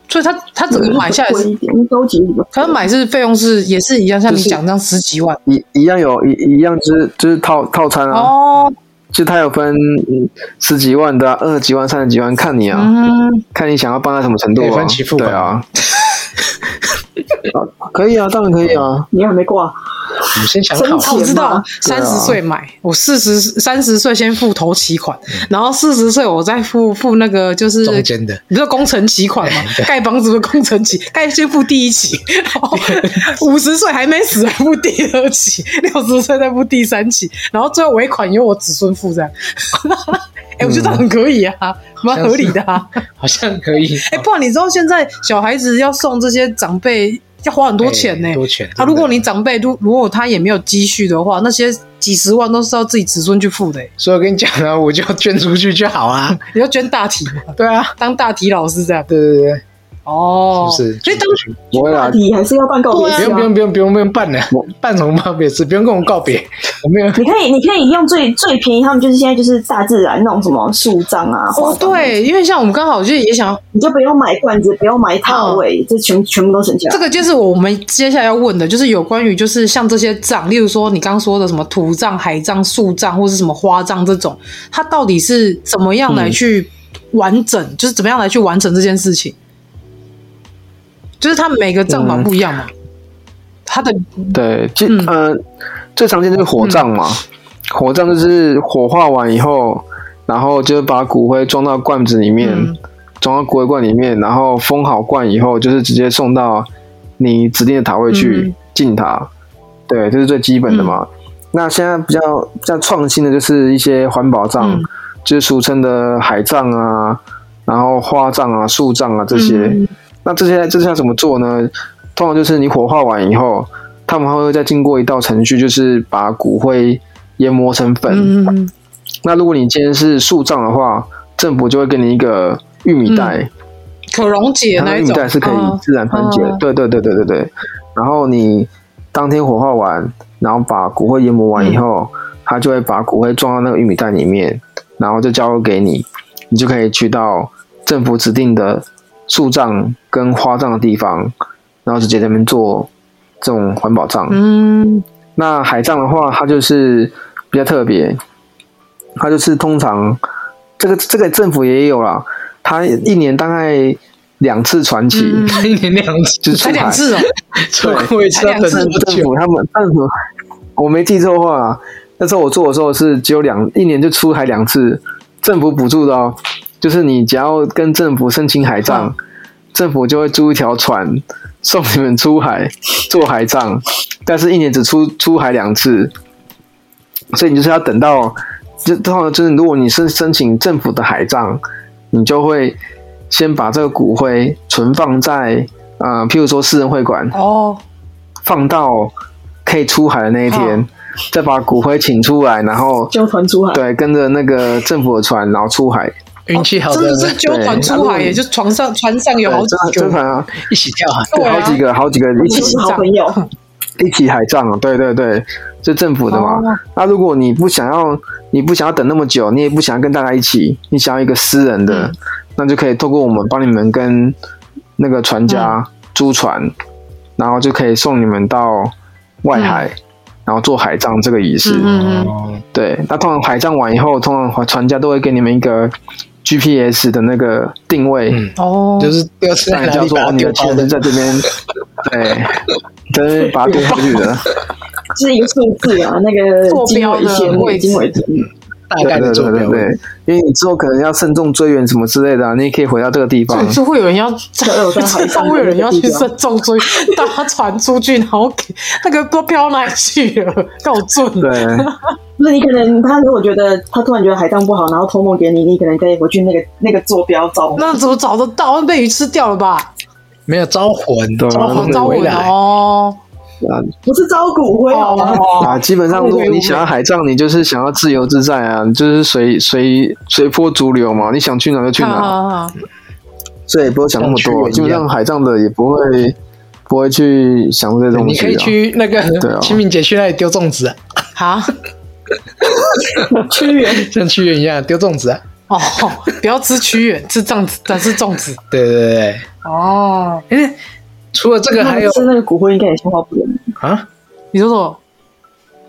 [SPEAKER 5] 所以他他整个买下来
[SPEAKER 4] 贵
[SPEAKER 5] 是，
[SPEAKER 4] 一点，收集礼
[SPEAKER 5] 可能买是费用是也是一样，像你讲这样十几万
[SPEAKER 2] 一一样有一一样就是就是套套餐啊，
[SPEAKER 5] 哦，
[SPEAKER 2] 就它有分嗯十几万的、啊、二十几万、三十几万，看你啊，
[SPEAKER 5] 嗯，
[SPEAKER 2] 看你想要办到什么程度
[SPEAKER 6] 可以
[SPEAKER 2] 啊，
[SPEAKER 6] 分期付
[SPEAKER 2] 对
[SPEAKER 6] 款
[SPEAKER 5] <laughs>
[SPEAKER 2] 啊，啊可以啊，当然可以啊，
[SPEAKER 4] 你还没挂，
[SPEAKER 6] 我们先想好，
[SPEAKER 4] 生
[SPEAKER 5] 哦我知道
[SPEAKER 4] 钱吗
[SPEAKER 5] 三十
[SPEAKER 6] 啊
[SPEAKER 5] 岁买，我四十三十岁先付头期款，然后四十岁我再付付那个就是
[SPEAKER 6] 嗯中间的
[SPEAKER 5] 你知道工程期款
[SPEAKER 6] <laughs>
[SPEAKER 5] 吗？盖房子的工程期，盖先付第一期，然后五十岁还没死还付第二期，六十岁再付第三期，然后最后尾款由我子孙付这样。 <laughs> 哎、我觉得很可以啊，蛮合理的啊。
[SPEAKER 6] 嗯好像可以。
[SPEAKER 5] 哎、不然你知道现在小孩子要送这些长辈要花很多钱呢、
[SPEAKER 6] 哎多钱
[SPEAKER 5] 啊！
[SPEAKER 6] 真的
[SPEAKER 5] 如果你长辈如如果他也没有积蓄的话，那些几十万都是要自己子孙去付的、欸，
[SPEAKER 6] 所以我跟你讲啊，我就捐出去就好啊。
[SPEAKER 5] 你要捐大体嘛，
[SPEAKER 6] 对啊，
[SPEAKER 5] 当大体老师这样。
[SPEAKER 6] 对对对，
[SPEAKER 5] 哦，
[SPEAKER 6] 是不是？
[SPEAKER 5] 所以当
[SPEAKER 6] 捐出去
[SPEAKER 2] 不会啦，
[SPEAKER 4] <laughs> 你还是要办告别
[SPEAKER 6] 不
[SPEAKER 4] 式
[SPEAKER 6] 用不
[SPEAKER 4] 啊。
[SPEAKER 6] 用不用不用不用办了，办什么告别式？不用跟我告别，我没有。
[SPEAKER 4] 你可以，你可以用最最便宜，他们就是现在就是大自然那种什么树葬啊，花
[SPEAKER 5] 哦
[SPEAKER 4] 葬，
[SPEAKER 5] 对，
[SPEAKER 2] <laughs>
[SPEAKER 5] 因为像我们刚好就也想，
[SPEAKER 4] 你就不用买罐子，不用买塔位，这全全部都省下
[SPEAKER 5] 嗯
[SPEAKER 4] 啊
[SPEAKER 5] 这
[SPEAKER 4] 来。
[SPEAKER 5] 个就是我们接下来要问的，就是有关于就是像这些葬，例如说你刚刚说的什么土葬、海葬、树葬或是什么花葬这种，它到底是怎么样
[SPEAKER 2] 嗯
[SPEAKER 5] 来去完整，就是怎么样来去完成这件事情？就是它每个葬
[SPEAKER 2] 嗯
[SPEAKER 5] 法不一样嘛，它的
[SPEAKER 2] 对，就
[SPEAKER 5] 嗯
[SPEAKER 2] 呃，最常见就是火葬嘛，火葬就是火化完以后，然后就是把骨灰装到罐子里面，
[SPEAKER 5] 嗯
[SPEAKER 2] 装到骨灰罐里面，然后封好罐以后，就是直接送到你指定的塔位去
[SPEAKER 5] 嗯
[SPEAKER 2] 进塔。对，这是最基本的嘛。那现在比较比较创新的就是一些环保葬，
[SPEAKER 5] 嗯
[SPEAKER 2] 就是俗称的海葬啊，然后花葬啊、树葬啊这些。
[SPEAKER 5] 嗯
[SPEAKER 2] 那这些这些要怎么做呢？通常就是你火化完以后，他们还会再经过一道程序，就是把骨灰研磨成粉。
[SPEAKER 5] 嗯嗯
[SPEAKER 2] 那如果你今天是树葬的话，政府就会给你一个玉米袋，
[SPEAKER 5] 可溶解
[SPEAKER 2] 然后
[SPEAKER 5] 嗯那
[SPEAKER 2] 玉
[SPEAKER 5] 一
[SPEAKER 2] 米
[SPEAKER 5] 种
[SPEAKER 2] 袋是可以
[SPEAKER 5] 啊
[SPEAKER 2] 自然分解的。
[SPEAKER 5] 啊
[SPEAKER 2] 对对对对对对。然后你当天火化完，然后把骨灰研磨完以后，
[SPEAKER 5] 嗯
[SPEAKER 2] 他就会把骨灰装到那个玉米袋里面，然后就交给你，你就可以去到政府指定的树葬跟花葬的地方，然后直接在那边做这种环保葬。
[SPEAKER 5] 嗯
[SPEAKER 2] 那海葬的话，它就是比较特别，它就是通常这个这个政府也有啦，它一年大概两次传奇，
[SPEAKER 5] 嗯，
[SPEAKER 6] <laughs> 一年两次，
[SPEAKER 2] 就是出
[SPEAKER 5] 才
[SPEAKER 2] 海
[SPEAKER 5] 两次哦，
[SPEAKER 6] 错过一次要等
[SPEAKER 5] 才
[SPEAKER 6] 多
[SPEAKER 2] 政
[SPEAKER 6] 久？
[SPEAKER 2] 府他们政府，我没记错的话啊，那时候我做的时候是只有两一年就出海两次，政府补助的哦，就是你只要跟政府申请海葬，政府就会租一条船送你们出海做海葬，但是一年只出出海两次，所以你就是要等到，就通常就是如果你申申请政府的海葬，你就会先把这个骨灰存放在。呃，譬如说私人会馆，
[SPEAKER 5] 哦，
[SPEAKER 2] 放到可以出海的那一天，再把骨灰请出来，然后
[SPEAKER 4] 就团出海，
[SPEAKER 2] 对跟着那个政府的船，然后出海，
[SPEAKER 6] 运气好的
[SPEAKER 5] 真的是
[SPEAKER 6] 人
[SPEAKER 5] 纠团出海耶，就床上船上有
[SPEAKER 2] 对，
[SPEAKER 5] 好几
[SPEAKER 2] 真真，
[SPEAKER 5] 个
[SPEAKER 2] 船啊，
[SPEAKER 6] 一起跳海，
[SPEAKER 5] 对
[SPEAKER 2] 好
[SPEAKER 5] 啊
[SPEAKER 2] 几，个好几个一
[SPEAKER 4] 就
[SPEAKER 2] 起
[SPEAKER 4] 是好朋
[SPEAKER 5] <laughs>
[SPEAKER 4] 友，
[SPEAKER 2] 一起海葬啊，对对对，这政府的嘛。
[SPEAKER 5] 哦
[SPEAKER 2] 那如果你不想要，你不想要等那么久，你也不想要跟大家一起，你想要一个私人的，
[SPEAKER 5] 嗯
[SPEAKER 2] 那就可以透过我们帮你们跟那个船家
[SPEAKER 5] 嗯
[SPEAKER 2] 租船，然后就可以送你们到外海，然后做海葬这个仪式。
[SPEAKER 5] 嗯嗯
[SPEAKER 2] 对，那通常海葬完以后，通常船家都会给你们一个 GPS 的那个定位。
[SPEAKER 6] 嗯
[SPEAKER 5] 哦，
[SPEAKER 6] 就是丢
[SPEAKER 2] 让你
[SPEAKER 6] 在哪
[SPEAKER 2] 知道
[SPEAKER 6] 里
[SPEAKER 2] 说
[SPEAKER 6] 把
[SPEAKER 2] 哦
[SPEAKER 6] 它
[SPEAKER 2] 你
[SPEAKER 6] 丢
[SPEAKER 2] 的
[SPEAKER 6] 到
[SPEAKER 2] 钱
[SPEAKER 6] 的
[SPEAKER 2] 是在这边， <laughs> 对，在这边把它丢出去的。
[SPEAKER 4] 就是一个数字啊，那个
[SPEAKER 5] 坐
[SPEAKER 4] 经
[SPEAKER 5] 标
[SPEAKER 4] 纬
[SPEAKER 5] 的
[SPEAKER 4] 线，那
[SPEAKER 5] 位
[SPEAKER 4] 个
[SPEAKER 5] 置
[SPEAKER 4] 经纬度，
[SPEAKER 6] 大
[SPEAKER 2] 对
[SPEAKER 6] 概的
[SPEAKER 2] 对
[SPEAKER 6] 坐
[SPEAKER 2] 对对
[SPEAKER 6] 标。
[SPEAKER 2] 对，因为你之后可能要慎重追远什么之类的啊、你也可以回到这个地
[SPEAKER 6] <laughs>
[SPEAKER 2] 方
[SPEAKER 5] 对，。就会有人要，
[SPEAKER 4] 有在海上
[SPEAKER 5] 会有人要去慎重追，搭船出去，然后给那个不知道飘哪里去了，够准。
[SPEAKER 6] <laughs>
[SPEAKER 2] 对，啊
[SPEAKER 4] 不是你可能他如果觉得他突然觉得海葬不好，然后托梦给你，你可能可以回去那个那个坐标找。
[SPEAKER 5] 那怎么找得到？被鱼吃掉了吧？
[SPEAKER 6] 没有招魂，
[SPEAKER 2] 对啊
[SPEAKER 6] 招魂
[SPEAKER 5] 招
[SPEAKER 6] 回
[SPEAKER 5] 魂了
[SPEAKER 6] 来。
[SPEAKER 5] 哦，
[SPEAKER 4] 不是招骨灰好吗？
[SPEAKER 2] 啊，基
[SPEAKER 6] <laughs>
[SPEAKER 2] 本上如果你想要海葬，你就是想要自由自在啊，你就是随随随波逐流嘛，你想去哪就去哪，
[SPEAKER 5] 啊，
[SPEAKER 2] 所以不用想那么
[SPEAKER 6] 像屈原一
[SPEAKER 2] 多。
[SPEAKER 6] 样
[SPEAKER 2] 基本上海葬的也不会不会去想这些东
[SPEAKER 6] 你
[SPEAKER 2] 西、啊。
[SPEAKER 6] 可以去那
[SPEAKER 2] 对啊
[SPEAKER 6] 个清明节去那里丢粽子啊，
[SPEAKER 5] 啊，
[SPEAKER 4] 屈原
[SPEAKER 6] 像屈原一样丢粽子啊。
[SPEAKER 5] 哦，不要吃屈原，吃粽子，但是粽子
[SPEAKER 6] 对对对
[SPEAKER 5] 哦。
[SPEAKER 6] 对，哎，除了这个还有
[SPEAKER 4] 吃那个骨灰应该也消化不良，
[SPEAKER 6] 啊，
[SPEAKER 5] 你说什么？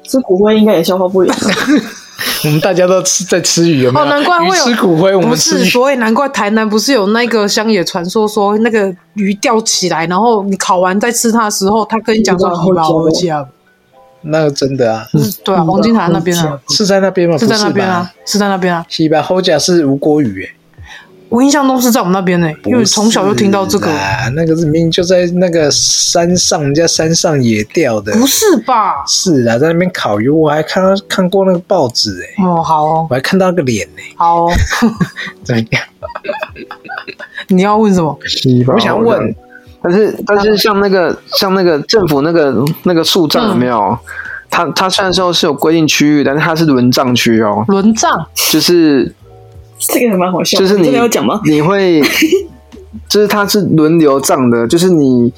[SPEAKER 4] 吃骨灰应该也消化
[SPEAKER 2] <laughs>
[SPEAKER 4] 不良。
[SPEAKER 6] 我们大家都吃在吃鱼，有没
[SPEAKER 5] 哦，
[SPEAKER 6] 有？
[SPEAKER 5] 难怪会有
[SPEAKER 6] 鱼吃骨灰，我
[SPEAKER 5] 不
[SPEAKER 6] 们吃
[SPEAKER 5] 是，
[SPEAKER 6] 鱼。
[SPEAKER 5] 所以难怪台南不是有那个乡野传说说那个鱼钓起来，然后你烤完再吃它的时候，它跟你讲说
[SPEAKER 4] 嗯
[SPEAKER 5] 皮包而且啊，
[SPEAKER 6] 那个真的
[SPEAKER 2] 嗯
[SPEAKER 6] 啊，
[SPEAKER 5] 就是对啊，黄金塔那边啊，
[SPEAKER 6] 是在那边吗？
[SPEAKER 5] 是在
[SPEAKER 6] 不
[SPEAKER 5] 那边啊
[SPEAKER 6] 吧。，
[SPEAKER 5] 是在那边啊。
[SPEAKER 6] 西吧，后甲是无锅鱼，哎
[SPEAKER 5] 我印象中是在我们那边呢，因为从小就听到这个
[SPEAKER 6] 不，是啦那个是明明就在那个山上，人家山上野钓的。
[SPEAKER 5] 不是吧？
[SPEAKER 6] 是啊，在那边烤鱼，我还看到看过那个报纸哎、
[SPEAKER 5] 哦，好哦，
[SPEAKER 6] 我还看到个脸呢、
[SPEAKER 5] 好哦， <laughs>
[SPEAKER 6] 怎么样？
[SPEAKER 5] 你要问什么？
[SPEAKER 6] 我想
[SPEAKER 2] 哦
[SPEAKER 6] 问，
[SPEAKER 2] 但是但是像那个像那个政府那个那个树葬有没有？它它虽然说是有规定区域，但是它是轮葬区哦，
[SPEAKER 5] <laughs> 轮葬
[SPEAKER 2] 就是
[SPEAKER 4] 这个还蛮好笑的，
[SPEAKER 2] 就是你
[SPEAKER 4] 真的要讲吗？
[SPEAKER 2] 你会，就是它是轮流葬的，就是你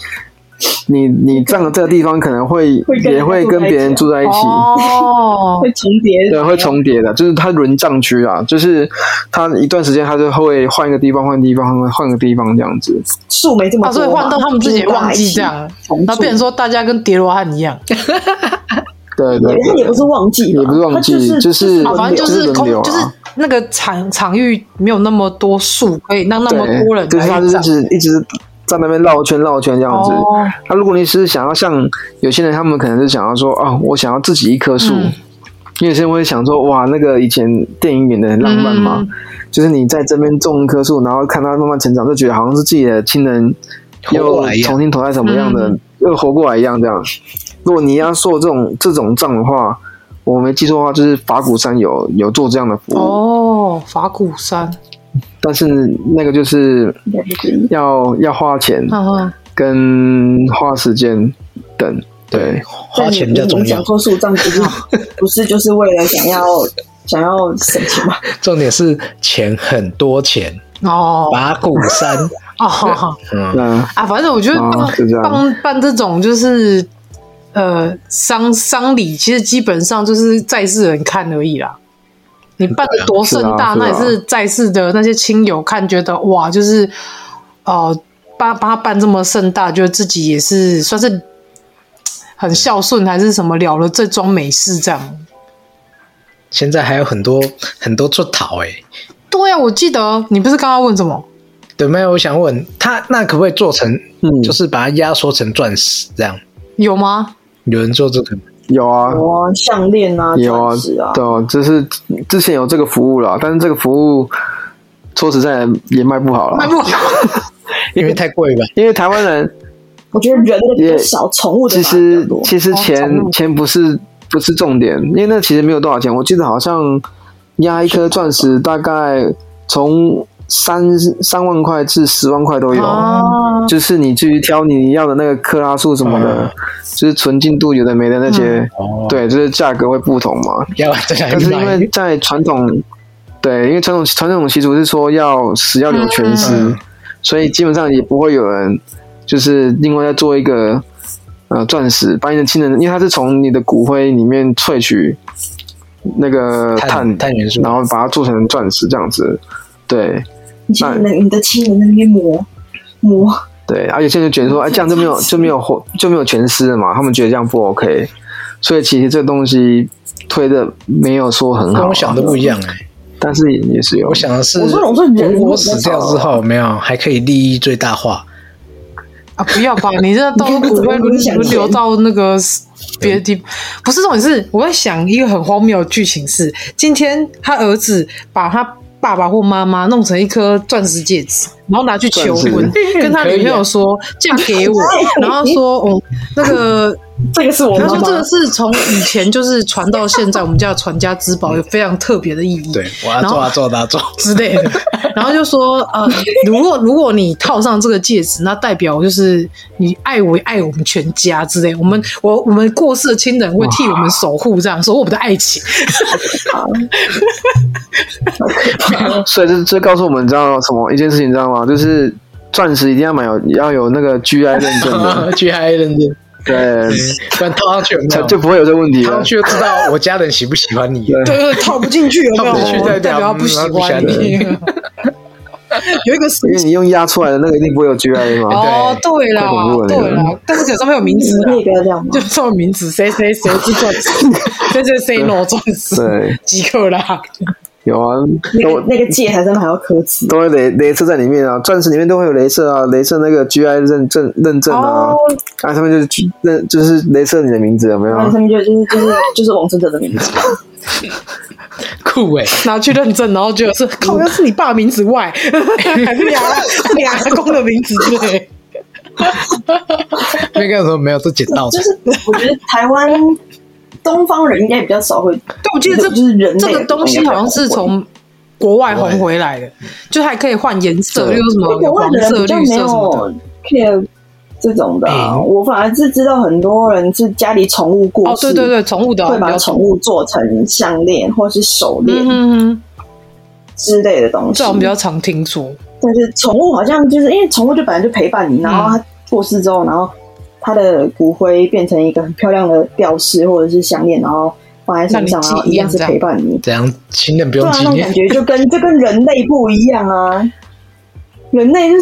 [SPEAKER 2] 你你葬的这个地方可能会
[SPEAKER 4] 会跟
[SPEAKER 2] 也会跟别人住在
[SPEAKER 5] 啊
[SPEAKER 2] 一起。
[SPEAKER 5] 哦，
[SPEAKER 4] 会重叠，
[SPEAKER 2] 对，会重叠的，就是它轮葬区啊，就是它一段时间它就会换一个地方，换地方，换个地方这样子。
[SPEAKER 4] 数没这么
[SPEAKER 5] 啊，
[SPEAKER 4] 多
[SPEAKER 5] 所
[SPEAKER 4] 嘛，
[SPEAKER 5] 以换到他们自己也忘记这
[SPEAKER 4] 就是
[SPEAKER 5] 样
[SPEAKER 4] 重，组
[SPEAKER 5] 那变成说大家跟叠罗汉一样，
[SPEAKER 2] 对
[SPEAKER 4] 大
[SPEAKER 2] 对
[SPEAKER 4] 家一起，他也
[SPEAKER 2] 对
[SPEAKER 4] 不，是忘记吧，
[SPEAKER 2] 也不是忘
[SPEAKER 4] 他
[SPEAKER 2] 记，
[SPEAKER 4] 就是
[SPEAKER 5] 啊，反正
[SPEAKER 2] 就是轮
[SPEAKER 5] 空
[SPEAKER 2] 流，
[SPEAKER 5] 就是
[SPEAKER 2] 啊。
[SPEAKER 5] 那个场场域没有那么多树，可以让那么多
[SPEAKER 2] 对，
[SPEAKER 5] 人
[SPEAKER 2] 就是
[SPEAKER 5] 来
[SPEAKER 2] 它就
[SPEAKER 5] 站
[SPEAKER 2] 是一直在那边绕圈绕圈这样子。
[SPEAKER 5] 哦，
[SPEAKER 2] 那如果你是想要像有些人，他们可能是想要说，哦，我想要自己一棵树。
[SPEAKER 5] 嗯
[SPEAKER 2] 因为有些人会想说，哇，那个以前电影演的很浪漫嘛，
[SPEAKER 5] 嗯
[SPEAKER 2] 就是你在这边种一棵树，然后看它慢慢成长，就觉得好像是自己的亲人
[SPEAKER 6] 活
[SPEAKER 2] 又
[SPEAKER 6] 过来一样
[SPEAKER 2] 重新投胎什么样的，
[SPEAKER 5] 嗯
[SPEAKER 2] 又活过来一样这样。如果你要做这种这种账的话，我没记错的话，就是法鼓山有有做这样的服务，
[SPEAKER 5] 哦，法鼓山，
[SPEAKER 2] 但是那个就是
[SPEAKER 4] 应该不是一样
[SPEAKER 2] 要要花钱
[SPEAKER 5] 哈哈，
[SPEAKER 2] 跟花时间等，对。
[SPEAKER 6] 花钱比较重
[SPEAKER 4] 你
[SPEAKER 6] 要
[SPEAKER 4] 想，说树葬不是
[SPEAKER 5] <laughs>
[SPEAKER 4] 不是就是为了想要想要省钱
[SPEAKER 2] <laughs>
[SPEAKER 4] 嘛？
[SPEAKER 6] 重点是钱很多钱。
[SPEAKER 5] 哦
[SPEAKER 6] 法鼓山，
[SPEAKER 5] 哦
[SPEAKER 6] 嗯，
[SPEAKER 2] 那
[SPEAKER 5] 啊，反正我觉得
[SPEAKER 2] 哦
[SPEAKER 5] 办
[SPEAKER 2] 是这样
[SPEAKER 5] 办办这种就是呃丧丧礼，其实基本上就是在世人看而已啦。你办的多盛大，
[SPEAKER 2] 是啊
[SPEAKER 5] 那
[SPEAKER 2] 是啊
[SPEAKER 5] 也是在世的那些亲友看，觉得哇，就是哦，帮帮他办这么盛大，觉得自己也是算是很孝顺，还是什么了了这桩美事这样。
[SPEAKER 6] 现在还有很多很多做逃哎、
[SPEAKER 5] 对呀、啊我记得你不是刚刚问什么？
[SPEAKER 6] 对没有？我想问他，那可不可以做成，
[SPEAKER 2] 嗯
[SPEAKER 6] 就是把它压缩成钻石这样？
[SPEAKER 5] 有 <laughs> 吗？
[SPEAKER 6] 有人做这个吗？
[SPEAKER 2] 有啊，
[SPEAKER 4] 有啊，项链啊，
[SPEAKER 2] 有啊
[SPEAKER 4] 钻石，啊，
[SPEAKER 2] 对哦，就是之前有这个服务啦，但是这个服务说实在也卖不好
[SPEAKER 5] 卖
[SPEAKER 2] 了，
[SPEAKER 5] 不好，
[SPEAKER 6] 因为太贵吧？
[SPEAKER 2] 因为台湾人
[SPEAKER 4] 我觉得人的比较少，宠物的
[SPEAKER 2] 其
[SPEAKER 4] 反而比
[SPEAKER 2] 实
[SPEAKER 4] 较多
[SPEAKER 2] 其实钱钱不是不是重点，因为那其实没有多少钱，我记得好像压一颗钻石大概从三三万块至十万块都有，
[SPEAKER 5] 哦，
[SPEAKER 2] 就是你去挑你要的那个克拉数什么的，
[SPEAKER 6] 嗯
[SPEAKER 2] 就是纯净度有的没的那些，
[SPEAKER 6] 哦，
[SPEAKER 2] 对，就是价格会不同嘛。
[SPEAKER 6] 要再哎来
[SPEAKER 2] 但是因
[SPEAKER 6] 买
[SPEAKER 2] 为在传统，对，因为传统传统习俗是说要死要留全尸，
[SPEAKER 6] 嗯
[SPEAKER 2] 所以基本上也不会有人就是另外再做一个呃钻石，把你的亲人，因为它是从你的骨灰里面萃取那个
[SPEAKER 6] 碳碳元素
[SPEAKER 2] 然后把它做成钻石这样子。对
[SPEAKER 4] 你去
[SPEAKER 2] 哎
[SPEAKER 4] 那你的亲人那边磨磨，
[SPEAKER 2] 对，而且现在就觉得说，
[SPEAKER 6] 嗯
[SPEAKER 2] 哎，这样就没有就没有活就没有全尸了嘛，他们觉得这样不 OK，所以其实这东西推的没有说很
[SPEAKER 6] 跟
[SPEAKER 2] 好啊
[SPEAKER 6] 我，想的不一样哎、
[SPEAKER 2] 但是也是有
[SPEAKER 6] 我。想的是，
[SPEAKER 4] 我说我说人
[SPEAKER 6] 如果死掉
[SPEAKER 4] 啊
[SPEAKER 6] 之后没有，还可以利益最大化，
[SPEAKER 5] 啊，不要吧！你这到时候骨灰轮轮流到那个别的地方，不是重点是，我在想一个很荒谬的剧情是，今天他儿子把他爸爸或妈妈弄成一颗钻石戒指，然后拿去求婚
[SPEAKER 2] 钻，
[SPEAKER 5] 跟他女朋友说嫁给我，然后说哦那个
[SPEAKER 4] 这个是我
[SPEAKER 5] 他
[SPEAKER 4] 妈
[SPEAKER 5] 说这
[SPEAKER 4] 妈
[SPEAKER 5] 个。是从以前就是传到现在，我们家的传家之宝有非常特别的意义。
[SPEAKER 6] 对我要做啊做
[SPEAKER 2] <laughs>
[SPEAKER 6] 啊做啊，
[SPEAKER 5] 之类的，然后就说呃，如果如果你套上这个戒指，那代表就是你爱我，爱我们全家之类。我们我我们过世的亲人会替我们守护，这样守护我们的爱情。
[SPEAKER 2] 所以这这告诉我们，你知道什么一件事情，你知道吗？就是钻石一定要买有要有那个 GI 认证
[SPEAKER 7] <laughs>
[SPEAKER 2] 的，
[SPEAKER 6] 啊去还认真，
[SPEAKER 2] 对，
[SPEAKER 6] 不然套上去有没
[SPEAKER 2] 才
[SPEAKER 6] 有？
[SPEAKER 2] 就不会有这个问题
[SPEAKER 6] 套
[SPEAKER 2] 了
[SPEAKER 6] 上。去就知道我家人喜不喜欢你。
[SPEAKER 2] 对
[SPEAKER 5] 对对，套不进去有
[SPEAKER 6] 没有套不进去代表
[SPEAKER 5] 代表他不喜欢你。有一个
[SPEAKER 2] 因为你用压出来的那个一定不会有 GI 嘛。
[SPEAKER 5] 哦，对啦
[SPEAKER 2] 太恐怖，了
[SPEAKER 5] 对啦，但是可是上面有名字啊
[SPEAKER 4] 你也，不要这样嘛
[SPEAKER 5] 就，上面有名字，谁谁谁是钻石，谁谁谁 no 钻石，
[SPEAKER 2] 对，
[SPEAKER 5] 即刻啦。
[SPEAKER 2] 有啊，
[SPEAKER 4] 那
[SPEAKER 2] 都
[SPEAKER 4] 个那个戒台上面还要刻字，
[SPEAKER 2] 都会镭镭射在里面啊，钻石里面都会有镭射啊，镭射那个 GI 认证认证啊，
[SPEAKER 5] 哦
[SPEAKER 2] 啊上面就是 G- 认就是镭射你的名字有没有
[SPEAKER 7] 嗯
[SPEAKER 4] 然？后上面就就是就是就是王春哲的名字，
[SPEAKER 6] 酷哎、欸，
[SPEAKER 5] 拿去认证，然后就是靠，要是你爸名字 <laughs> 外，还是你阿是你阿公的名字之类。
[SPEAKER 6] 那个什么没有，这捡到的
[SPEAKER 4] 就。是我觉得台湾东方人应该比较少会，
[SPEAKER 5] 对，我记得这
[SPEAKER 4] 就是人类
[SPEAKER 5] 这个东西好像是从国外红回来的，
[SPEAKER 4] 嗯
[SPEAKER 5] 就还可以换颜色，又有什么
[SPEAKER 4] 国外
[SPEAKER 5] 黄
[SPEAKER 4] 的人
[SPEAKER 5] 色、
[SPEAKER 4] 比较
[SPEAKER 5] 绿
[SPEAKER 4] 没
[SPEAKER 5] 色什么
[SPEAKER 4] 有 care 这种的啊、我反而是知道很多人是家里宠物
[SPEAKER 5] 的。
[SPEAKER 4] 过
[SPEAKER 5] 哦，
[SPEAKER 4] 世，
[SPEAKER 5] 对对对，宠物的
[SPEAKER 4] 会
[SPEAKER 5] 比
[SPEAKER 4] 把
[SPEAKER 5] 较
[SPEAKER 4] 宠。物做成项链或是手
[SPEAKER 5] 嗯
[SPEAKER 4] 链
[SPEAKER 5] 哼哼，
[SPEAKER 4] 之类的东西。
[SPEAKER 5] 这我们比较常听说。
[SPEAKER 4] 但是宠物好像就是因为宠物就本来就陪伴你，然后它过世之后，然后它的骨灰变成一个很漂亮的吊饰或者是项链，然后放在身上，
[SPEAKER 5] 让
[SPEAKER 4] 然
[SPEAKER 5] 你纪念
[SPEAKER 4] 后一样是陪伴你。
[SPEAKER 6] 怎样？情人不
[SPEAKER 4] 对
[SPEAKER 6] 用
[SPEAKER 4] 啊，
[SPEAKER 6] 纪
[SPEAKER 4] 那种
[SPEAKER 6] 念
[SPEAKER 4] 感，觉就跟这跟人类不一样啊！人类就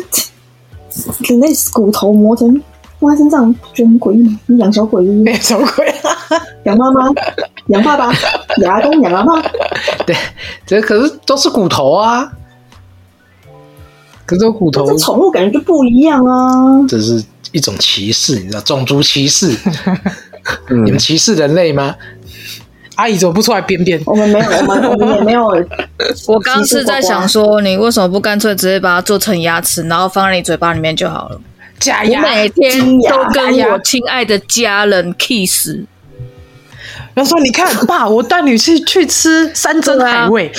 [SPEAKER 4] 是人类骨头磨成放在身上，觉得很诡异吗？你养小鬼是不
[SPEAKER 5] <laughs> 没
[SPEAKER 4] 是
[SPEAKER 5] 有什么鬼，啊
[SPEAKER 4] 养妈妈、养爸爸、养阿公、养阿妈，
[SPEAKER 6] <laughs> 对，这可是都是骨头啊，可是骨头
[SPEAKER 4] 这宠物感觉就不一样啊！
[SPEAKER 6] 这是一种歧视，你知道，种族歧
[SPEAKER 5] <laughs>
[SPEAKER 6] 视。
[SPEAKER 2] 嗯
[SPEAKER 6] 你们歧视人类吗？
[SPEAKER 5] 阿姨怎么不出来编编？
[SPEAKER 4] 我们没有，我们我们也没有。
[SPEAKER 7] <laughs> 我刚是在想说，你为什么不干脆直接把它做成牙齿，然后放在你嘴巴里面就好了？
[SPEAKER 5] 假
[SPEAKER 7] 我
[SPEAKER 5] 牙，
[SPEAKER 7] 每天都跟
[SPEAKER 5] 牙
[SPEAKER 7] 我亲爱的家人 kiss，
[SPEAKER 5] 然后说你看爸，我带你去去吃山珍
[SPEAKER 7] 对啊
[SPEAKER 5] 海味，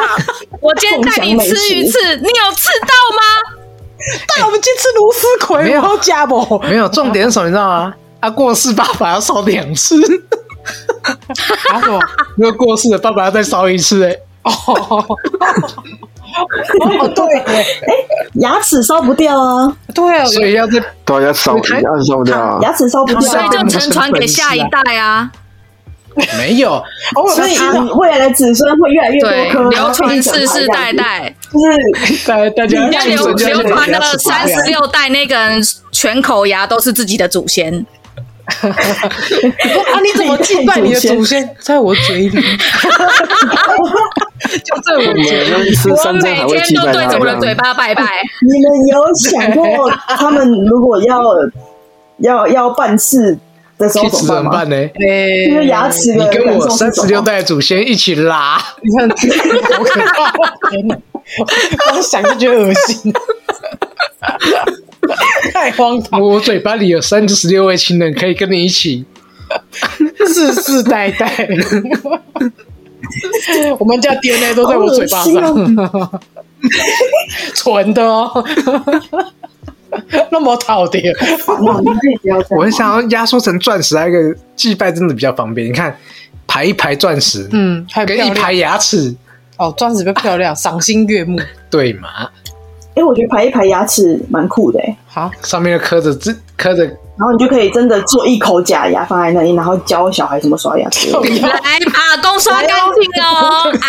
[SPEAKER 5] <laughs>
[SPEAKER 7] 我今天带你吃鱼翅，你有吃到吗？
[SPEAKER 5] 带我们去吃芦丝葵，
[SPEAKER 6] 没有
[SPEAKER 5] 然后加盟。
[SPEAKER 6] 没有，重点是什么？你知道吗？啊，过世爸爸要烧两次，<laughs>
[SPEAKER 5] 啊什么？
[SPEAKER 6] 如果过世的爸爸要再烧一次、欸，
[SPEAKER 5] 哦，哦对
[SPEAKER 4] 牙齿烧不掉啊，
[SPEAKER 5] 对啊，
[SPEAKER 6] 所以要再
[SPEAKER 2] 对啊，要烧
[SPEAKER 7] 嗯
[SPEAKER 6] 所以
[SPEAKER 2] 要烧不掉啊。
[SPEAKER 4] 牙齿烧不掉
[SPEAKER 7] 所
[SPEAKER 4] 啊
[SPEAKER 7] 以。就承传给下一代啊，
[SPEAKER 6] 没有，
[SPEAKER 5] 偶尔
[SPEAKER 4] 所以
[SPEAKER 5] 听到
[SPEAKER 4] 你未来的子孙会越来越
[SPEAKER 7] 对
[SPEAKER 4] 多颗，，然
[SPEAKER 7] 流
[SPEAKER 4] 后
[SPEAKER 7] 传
[SPEAKER 4] 变成
[SPEAKER 7] 世世代
[SPEAKER 4] 这样子，
[SPEAKER 7] 代，
[SPEAKER 4] 就是
[SPEAKER 6] 大大家
[SPEAKER 7] 人家流
[SPEAKER 4] 人家
[SPEAKER 7] 流传了三十
[SPEAKER 6] 六，
[SPEAKER 7] 六代，那个人全口牙都是自己的祖先。
[SPEAKER 5] 啊，你怎么祭拜你的祖先？ <laughs> 在我嘴里，就在我
[SPEAKER 2] 我
[SPEAKER 5] 嘴里。
[SPEAKER 2] 们吃
[SPEAKER 7] 我
[SPEAKER 2] 三餐
[SPEAKER 7] 每
[SPEAKER 2] 还会
[SPEAKER 7] 天
[SPEAKER 2] 祭
[SPEAKER 7] 都
[SPEAKER 2] 拜
[SPEAKER 7] 对
[SPEAKER 2] 他
[SPEAKER 7] 着我的
[SPEAKER 2] 这
[SPEAKER 7] 嘴
[SPEAKER 2] 样。
[SPEAKER 7] 巴拜 <laughs> 拜，
[SPEAKER 4] 你们有想过他们如果要要要办事的时候
[SPEAKER 6] 去吃
[SPEAKER 4] 怎
[SPEAKER 6] 怎
[SPEAKER 4] 么
[SPEAKER 6] 么 <laughs> 办
[SPEAKER 4] 办吗？
[SPEAKER 6] 呢？
[SPEAKER 4] 因为
[SPEAKER 5] 哎，
[SPEAKER 4] 牙齿
[SPEAKER 6] 你
[SPEAKER 4] 的
[SPEAKER 6] 跟
[SPEAKER 4] 感
[SPEAKER 6] 我
[SPEAKER 4] 受
[SPEAKER 6] 三
[SPEAKER 4] 是
[SPEAKER 6] 十
[SPEAKER 4] 什
[SPEAKER 6] 六
[SPEAKER 4] 么？
[SPEAKER 6] 代祖先一起拉，
[SPEAKER 5] 你看， <laughs> 好可怕！天哪，光想就觉得恶心，太荒唐了，
[SPEAKER 6] 我嘴巴里有三十六位亲人可以跟你一起，
[SPEAKER 5] 世世代代。 <laughs> 我们家 DNA 都在我嘴巴
[SPEAKER 4] 好恶
[SPEAKER 5] 上， <laughs> 纯的哦， <laughs> 那么讨的，
[SPEAKER 4] 烦哦，你可以 <laughs> 不要这
[SPEAKER 6] 我
[SPEAKER 4] 样
[SPEAKER 6] 很。想要压缩成钻石，那个祭拜真的比较方便。你看，排一排钻石，
[SPEAKER 5] 嗯，还有
[SPEAKER 6] 跟一
[SPEAKER 5] 漂
[SPEAKER 6] 排
[SPEAKER 5] 亮
[SPEAKER 6] 牙齿，
[SPEAKER 5] 哦，钻石比较漂亮，赏心悦目。
[SPEAKER 6] 对嘛？
[SPEAKER 4] 哎，我觉得排一排牙齿蛮酷的哎，
[SPEAKER 5] 好，
[SPEAKER 6] 上面就刻着字，刻着
[SPEAKER 4] 然后你就可以真的做一口假牙放在那里，然后教小孩怎么刷牙之类的。
[SPEAKER 6] <laughs>
[SPEAKER 7] 来，阿公刷干净哦！啊，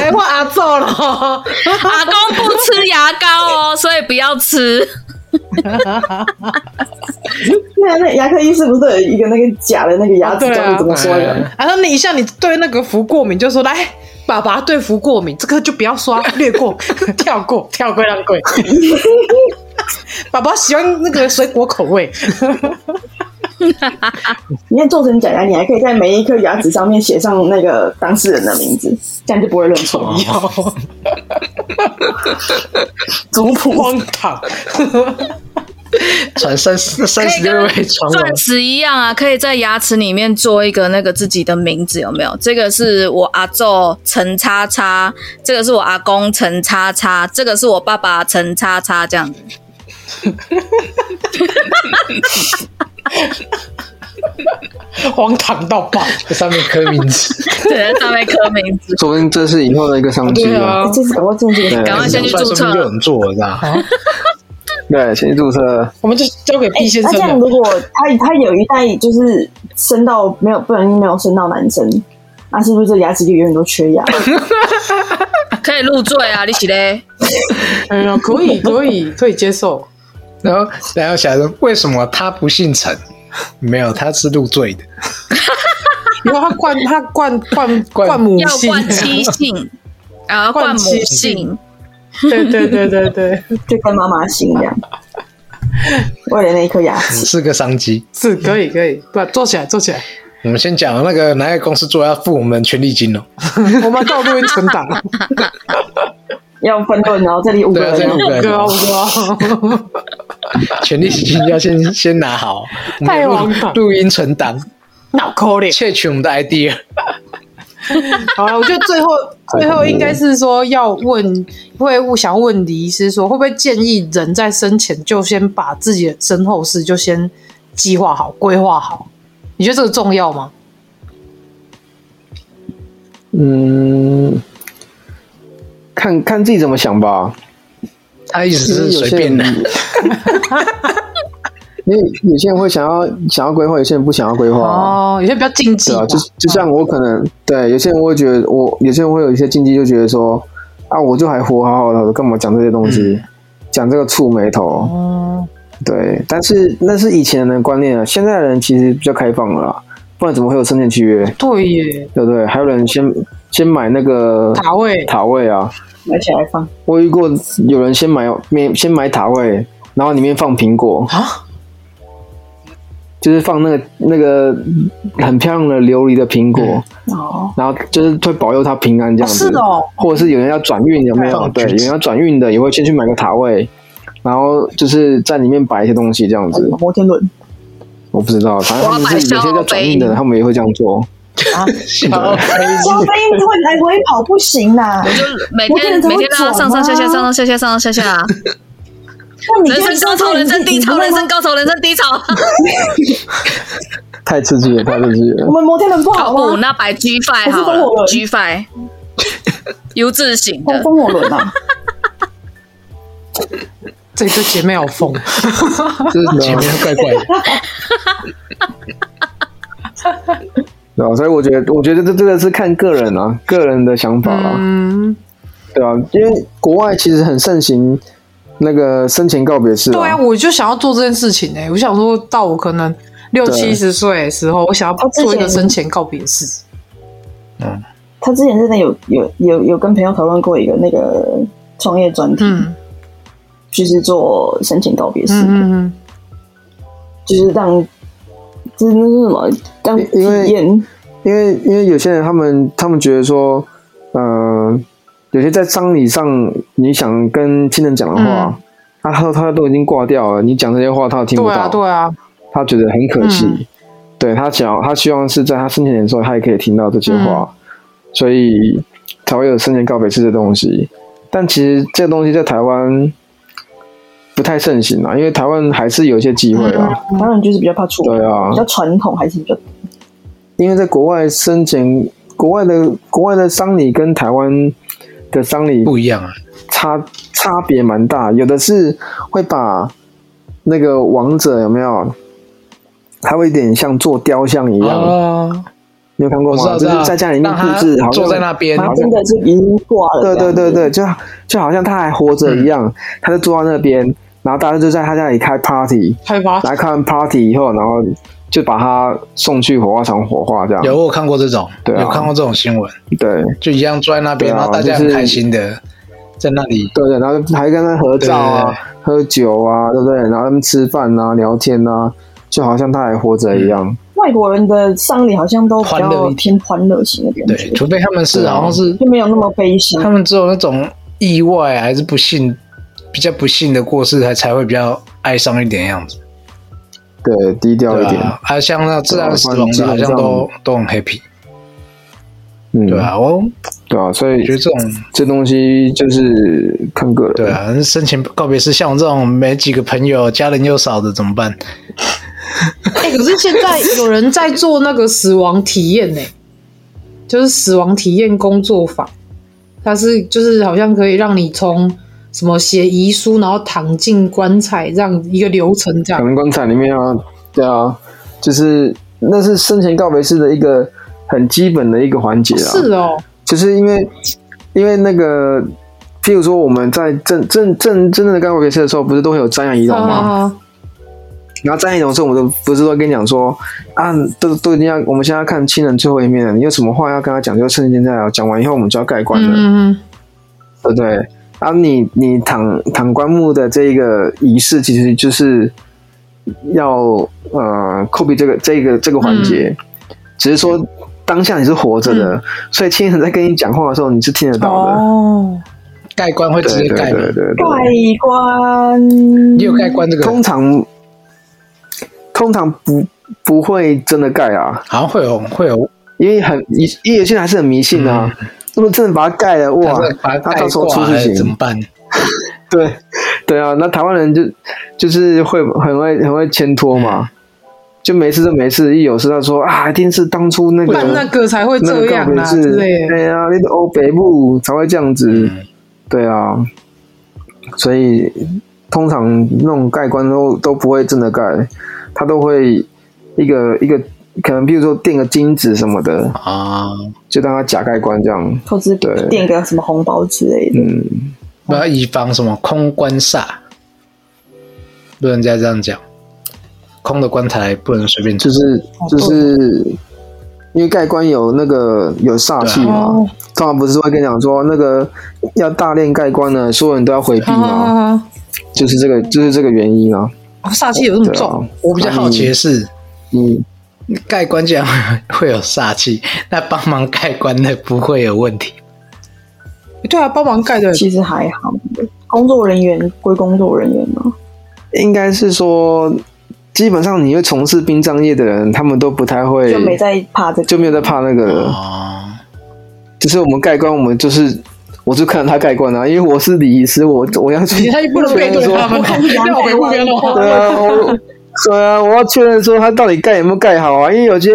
[SPEAKER 5] 来换阿奏了，
[SPEAKER 7] 阿公不吃牙膏哦，所以不要吃。
[SPEAKER 4] 对啊，那牙科医师不是都有一个那个假的那个
[SPEAKER 6] <laughs>
[SPEAKER 4] 牙齿
[SPEAKER 5] 哦对啊
[SPEAKER 4] 到底怎么刷牙？
[SPEAKER 6] 嗯
[SPEAKER 5] 啊，那你像你对那个氟过敏，就说来，爸爸对氟过敏，这个就不要刷，略过， <laughs> 跳过，跳过，让过。 <laughs> 爸爸喜欢那个水果口味，
[SPEAKER 4] 你看做成假牙，你还可以在每一颗牙齿上面写上那个当事人的名字，这样就不会认
[SPEAKER 6] 哦
[SPEAKER 4] 错。
[SPEAKER 5] 族谱荒唐，
[SPEAKER 6] 传三十三十六位传闻
[SPEAKER 7] 钻，石一样啊，可以在牙齿里面做一个那个自己的名字，有没有？这个是我阿昼陈叉叉，这个是我阿公陈叉叉，这个是我爸爸陈叉叉，这样子。
[SPEAKER 5] 荒唐到爆。
[SPEAKER 6] 这上面刻名
[SPEAKER 5] <laughs>
[SPEAKER 6] 字，
[SPEAKER 7] 对，在上面刻名字。
[SPEAKER 2] 说不定这是以后的一个商机
[SPEAKER 5] 对
[SPEAKER 2] 啊。
[SPEAKER 5] 啊
[SPEAKER 4] 哎，这次赶快进去，
[SPEAKER 7] 赶快先去注册
[SPEAKER 6] 说不定就有人做啊了，是吧？
[SPEAKER 7] 啊
[SPEAKER 2] 对，先注册。
[SPEAKER 5] 我们就交给毕先
[SPEAKER 4] 哎那
[SPEAKER 5] 生
[SPEAKER 4] 这样，
[SPEAKER 5] 了。
[SPEAKER 4] 如果他他有一代就是生到没有不小心没有生到男生，那是不是这牙齿就永远都缺
[SPEAKER 7] <laughs>
[SPEAKER 4] 牙？
[SPEAKER 7] 可以入赘啊，你起嘞？
[SPEAKER 5] 哎呀，可 <laughs> 以，可以，可以接受。
[SPEAKER 6] 然后，然后想说，为什么他不姓陈？没有，他是入赘的。
[SPEAKER 5] 因为他灌他灌灌
[SPEAKER 6] 灌
[SPEAKER 5] 灌母
[SPEAKER 7] 要
[SPEAKER 5] 性，
[SPEAKER 7] 冠妻姓，然后冠母
[SPEAKER 5] 冠妻
[SPEAKER 7] 姓
[SPEAKER 5] 姓。 <laughs> 对对对对对，
[SPEAKER 4] 就跟妈妈姓这样，为了那一颗牙齿。
[SPEAKER 6] 是个商机。
[SPEAKER 5] 是可以可以，不做起来做起 <laughs> 来，
[SPEAKER 6] 我们先讲那个哪个公司做要付我们权利金哦。
[SPEAKER 5] 我们到录音存 <laughs> 档，
[SPEAKER 4] 要分论，然后这里五个
[SPEAKER 6] 对啊，这
[SPEAKER 4] 人
[SPEAKER 6] 样，对
[SPEAKER 5] 哥啊 <laughs> 哥啊，
[SPEAKER 6] 权利金
[SPEAKER 2] <laughs>
[SPEAKER 6] 要先先拿好，我们
[SPEAKER 5] 太
[SPEAKER 6] 录
[SPEAKER 5] 荒唐
[SPEAKER 6] 录音存档，
[SPEAKER 5] 脑壳里。
[SPEAKER 6] 窃取我们的啊 idea。
[SPEAKER 5] 好了，我觉得
[SPEAKER 2] <laughs>
[SPEAKER 5] 最后最后应该是说要问，会想问李医师说，会不会建议人在生前就先把自己的身后事就先计划好、规划好？你觉得这个重要吗？
[SPEAKER 2] 嗯，看看自己怎么想吧。
[SPEAKER 6] 他意思是随便的
[SPEAKER 2] 因为，有些人 <laughs> 因为有些人会想要想要规划，有些人不想要规划啊。
[SPEAKER 5] 哦，有些比较禁忌
[SPEAKER 2] 对
[SPEAKER 5] 嘛
[SPEAKER 2] 啊，就就像我可能对有些人会觉得我，有些人会有一些禁忌，就觉得说啊，我就还活好好的，我干嘛讲这些东
[SPEAKER 6] 嗯
[SPEAKER 2] 西，讲这个触眉头。
[SPEAKER 5] 哦，
[SPEAKER 2] 对，但是那是以前的人的观念啊，现在的人其实比较开放了啦，不然怎么会有生前契约？
[SPEAKER 5] 对耶，
[SPEAKER 2] 对不对？还有人先先买那个
[SPEAKER 5] 塔位
[SPEAKER 2] 塔位啊，
[SPEAKER 4] 买起来放。
[SPEAKER 2] 我遇过有人先买面先买塔位，然后里面放苹果，
[SPEAKER 5] 啊，
[SPEAKER 2] 就是放那个那个很漂亮的琉璃的苹果，
[SPEAKER 4] 哦，
[SPEAKER 2] 然后就是会保佑他平安这样子。
[SPEAKER 5] 嗯哦是哦
[SPEAKER 2] 或者是有人要转运，有没有？
[SPEAKER 6] 放
[SPEAKER 2] 对，
[SPEAKER 6] 橘
[SPEAKER 2] 有
[SPEAKER 6] 子
[SPEAKER 2] 人要转运的也会先去买个塔位，然后就是在里面摆一些东西这样子。
[SPEAKER 4] 摩天轮，
[SPEAKER 2] 我不知道，反正他们是有些叫转运的人，他们也会这样做。
[SPEAKER 6] 好
[SPEAKER 4] 哇，飞鹰如果来回哎跑不行啊啦，
[SPEAKER 7] 我就每
[SPEAKER 4] 我真
[SPEAKER 7] 天
[SPEAKER 4] 的
[SPEAKER 7] 每天都要上上下下，
[SPEAKER 4] 走吗
[SPEAKER 7] 上上下下，上上下下。
[SPEAKER 4] 那啊你
[SPEAKER 7] 人生高潮，人生低潮，人生高潮，人生低潮。
[SPEAKER 2] 太刺激了，太刺激
[SPEAKER 4] 我
[SPEAKER 2] 了！
[SPEAKER 4] 们摩天轮不好啊
[SPEAKER 7] 哦不，
[SPEAKER 4] 吗？
[SPEAKER 7] 那摆 G Five
[SPEAKER 4] 我是
[SPEAKER 7] 好
[SPEAKER 4] 风火
[SPEAKER 7] 了
[SPEAKER 4] 轮
[SPEAKER 7] ，G
[SPEAKER 4] <laughs>
[SPEAKER 7] Five 优质型的。
[SPEAKER 4] 风火轮啊，
[SPEAKER 5] 这对姐妹好疯，
[SPEAKER 2] 就是
[SPEAKER 6] 前面怪怪的，
[SPEAKER 2] 对啊，所以我觉得，我觉得这这个是看个人啊，个人的想法啦、
[SPEAKER 5] 嗯，
[SPEAKER 2] 对啊，因为国外其实很盛行那个生前告别式、
[SPEAKER 5] 对啊，我就想要做这件事情哎、我想说到我可能六
[SPEAKER 2] 对
[SPEAKER 5] 七十岁的时候，我想要
[SPEAKER 4] 哦之前
[SPEAKER 5] 做一个生前告别式，
[SPEAKER 4] 他之前真的有有有有跟朋友讨论过一个那个创业专题，
[SPEAKER 5] 嗯
[SPEAKER 4] 就是做申请告别式，
[SPEAKER 5] 嗯嗯嗯。
[SPEAKER 4] 就是让。这那是什么？让
[SPEAKER 2] 因为
[SPEAKER 4] 体验
[SPEAKER 2] 因为因为有些人他们他们觉得说，呃，有些在葬礼上你想跟亲人讲的话，啊，他他都已经挂掉了，你讲这些话他都听不
[SPEAKER 5] 嗯对
[SPEAKER 2] 到，
[SPEAKER 5] 啊，对啊，
[SPEAKER 2] 他觉得很可惜。
[SPEAKER 5] 嗯
[SPEAKER 2] 对他想要他希望是在他生前的时候，他也可以听到这些话，所以才会有生前告别式这东西。但其实这个东西在台湾不太盛行啊，因为台湾还是有一些机会啊。
[SPEAKER 6] 嗯
[SPEAKER 4] 当然就是比较怕出国，
[SPEAKER 2] 对啊
[SPEAKER 4] 比较传统还是比较
[SPEAKER 2] 因为在国外申请，国外的国外的丧礼跟台湾的丧礼
[SPEAKER 6] 不一样啊。
[SPEAKER 2] 差差别蛮大，有的是会把那个王者有没有，他会有点像做雕像一样，
[SPEAKER 6] 哦，
[SPEAKER 2] 你有看过
[SPEAKER 6] 我知
[SPEAKER 2] 吗？就
[SPEAKER 6] 道，知道
[SPEAKER 2] 是在家里面
[SPEAKER 6] 让
[SPEAKER 2] 布
[SPEAKER 6] 他
[SPEAKER 2] 置，好像
[SPEAKER 6] 坐在那边，
[SPEAKER 4] 他真的是已经挂了。
[SPEAKER 2] 啊对对
[SPEAKER 4] 这样
[SPEAKER 2] 对
[SPEAKER 4] 子，
[SPEAKER 2] 对，就就好像他还活着一
[SPEAKER 6] 嗯
[SPEAKER 2] 样，他就坐在那边，然后大家就在他家里开 party，
[SPEAKER 5] 开
[SPEAKER 6] 啊
[SPEAKER 5] 发
[SPEAKER 2] 来看完 party 以后，然后就把他送去火化场火化这样。
[SPEAKER 6] 有我有看过这种，
[SPEAKER 2] 对啊
[SPEAKER 6] 有看过这种新闻，
[SPEAKER 2] 对
[SPEAKER 6] 就一样坐在那边，
[SPEAKER 2] 对啊
[SPEAKER 6] 然后大家
[SPEAKER 2] 就
[SPEAKER 6] 很
[SPEAKER 2] 是
[SPEAKER 6] 开心的在那里，
[SPEAKER 2] 对对，然后还跟他合照啊，喝酒啊，对不对？然后他们吃饭啊，聊天啊，就好像他还活着一
[SPEAKER 6] 嗯
[SPEAKER 2] 样。
[SPEAKER 4] 外国人的丧礼好像都比
[SPEAKER 6] 欢乐
[SPEAKER 4] 较
[SPEAKER 6] 一
[SPEAKER 4] 偏欢乐型的感
[SPEAKER 6] 对，
[SPEAKER 4] 觉，
[SPEAKER 6] 除非他们是
[SPEAKER 2] 对啊
[SPEAKER 6] 好像是
[SPEAKER 4] 就没有那么悲
[SPEAKER 6] 他
[SPEAKER 4] 伤。
[SPEAKER 6] 们只有那种意外啊还是不幸，比较不幸的过世，才才会比较哀伤一点样子，
[SPEAKER 2] 对，低调
[SPEAKER 6] 对
[SPEAKER 2] 一点。
[SPEAKER 6] 啊，啊，像那自然死亡
[SPEAKER 2] 对
[SPEAKER 6] 的，
[SPEAKER 2] 啊
[SPEAKER 6] 好像都都很 happy，
[SPEAKER 2] 嗯，
[SPEAKER 6] 对，啊，我
[SPEAKER 2] 对啊，所以
[SPEAKER 6] 觉得这种
[SPEAKER 2] 这东西就是看个人。
[SPEAKER 6] 对啊，生前告别式，像我这种没几个朋友、家人又少的怎么办？
[SPEAKER 5] 哎、可是现在有人在做那个死亡体验呢、就是死亡体验工作坊，它是就是好像可以让你从什么写遗书，然后躺进棺材，让一个流程这
[SPEAKER 2] 可
[SPEAKER 5] 样。
[SPEAKER 2] 能棺材里面啊，对啊，就是那是生前告别式的一个很基本的一个环节啊。
[SPEAKER 5] 是哦，
[SPEAKER 2] 就是因为因为那个，譬如说我们在正正正真正的告别式的时候，不是都会有瞻仰仪容吗？
[SPEAKER 5] 啊，
[SPEAKER 2] 然后瞻仰仪容的时候，我们都不是都跟你讲说啊，都都已经要我们现在要看亲人最后一面了，你有什么话要跟他讲，就趁现在啊，讲完以后我们就要盖棺了，
[SPEAKER 5] 嗯嗯
[SPEAKER 2] 对不对？啊你，你躺躺棺木的这个仪式，其实就是要呃 copy 这个这个这个环节，只是说当下你是活着的，所以亲人在跟你讲话的时候，你是听得
[SPEAKER 5] 嗯，
[SPEAKER 2] 到的。
[SPEAKER 5] 哦，
[SPEAKER 6] 盖棺会直
[SPEAKER 2] 对
[SPEAKER 6] 接
[SPEAKER 2] 对
[SPEAKER 6] 盖吗
[SPEAKER 2] 对？对
[SPEAKER 4] 盖
[SPEAKER 2] 对，
[SPEAKER 4] 棺，
[SPEAKER 6] 你有盖棺这个？
[SPEAKER 2] 通常通常不不会真的盖啊，
[SPEAKER 6] 好像会有会有，
[SPEAKER 2] 因为很一因为有些人还是很迷信啊。如果真的把它盖了，哇
[SPEAKER 6] 嗯他是，把它
[SPEAKER 2] 那
[SPEAKER 6] 盖
[SPEAKER 2] 到时候出
[SPEAKER 6] 挂了
[SPEAKER 2] 事
[SPEAKER 6] 怎么
[SPEAKER 2] 情。
[SPEAKER 6] 办？
[SPEAKER 2] <laughs> 对对啊，那台湾人就就是会很会很会牵拖嘛，就没事就没事，一有事他说啊，一定是当初那
[SPEAKER 5] 不
[SPEAKER 2] 个
[SPEAKER 5] 然那个才会
[SPEAKER 2] 那
[SPEAKER 5] 这
[SPEAKER 2] 个告
[SPEAKER 5] 样
[SPEAKER 2] 别
[SPEAKER 5] 啦
[SPEAKER 2] 式
[SPEAKER 5] 之类的。
[SPEAKER 2] 对啊，那个欧北部才会这样子。
[SPEAKER 6] 嗯，
[SPEAKER 2] 对啊，所以通常那种盖棺都都不会真的盖，它都会一个一个可能，比如说垫个金子什么的，
[SPEAKER 6] 啊，
[SPEAKER 2] 就当它假盖棺这样。
[SPEAKER 4] 投资
[SPEAKER 2] 对
[SPEAKER 4] 垫个什么红包之类的，
[SPEAKER 2] 嗯，
[SPEAKER 6] 不要以防什么空棺煞，不能再这样讲。空的棺材不能随便出
[SPEAKER 2] 就，是
[SPEAKER 4] 哦
[SPEAKER 2] 就是因为盖棺有那个有煞气嘛，
[SPEAKER 5] 哦，
[SPEAKER 2] 通常不是会跟你讲说那个要大练盖棺呢，所有人都要回避
[SPEAKER 5] 好
[SPEAKER 4] 啊
[SPEAKER 5] 好好
[SPEAKER 2] 嘛，
[SPEAKER 5] 好
[SPEAKER 2] 就是这个就是这个原因啊。
[SPEAKER 5] 哦煞气有这么
[SPEAKER 2] 对啊
[SPEAKER 5] 重？，
[SPEAKER 6] 我比较好奇的是，
[SPEAKER 2] 嗯，
[SPEAKER 6] 盖棺竟然会会有 <laughs> 煞气，那帮忙盖棺的不会有问题？
[SPEAKER 5] 对啊，帮忙盖的
[SPEAKER 4] 其实还好。工作人员归工作人员嘛，
[SPEAKER 2] 应该是说，基本上你会从事殡葬业的人，他们都不太会，
[SPEAKER 4] 就没在怕这个。
[SPEAKER 2] 就没有在怕那个了。
[SPEAKER 6] 哦，
[SPEAKER 2] 只是我们盖棺，我们就是，我就看着他盖棺啊，因为我是礼仪师，我我要去
[SPEAKER 5] 他也不能背对他们，要背不要弄。
[SPEAKER 2] 对啊，我对啊，我要确认说他到底盖有没有盖好啊，因为有些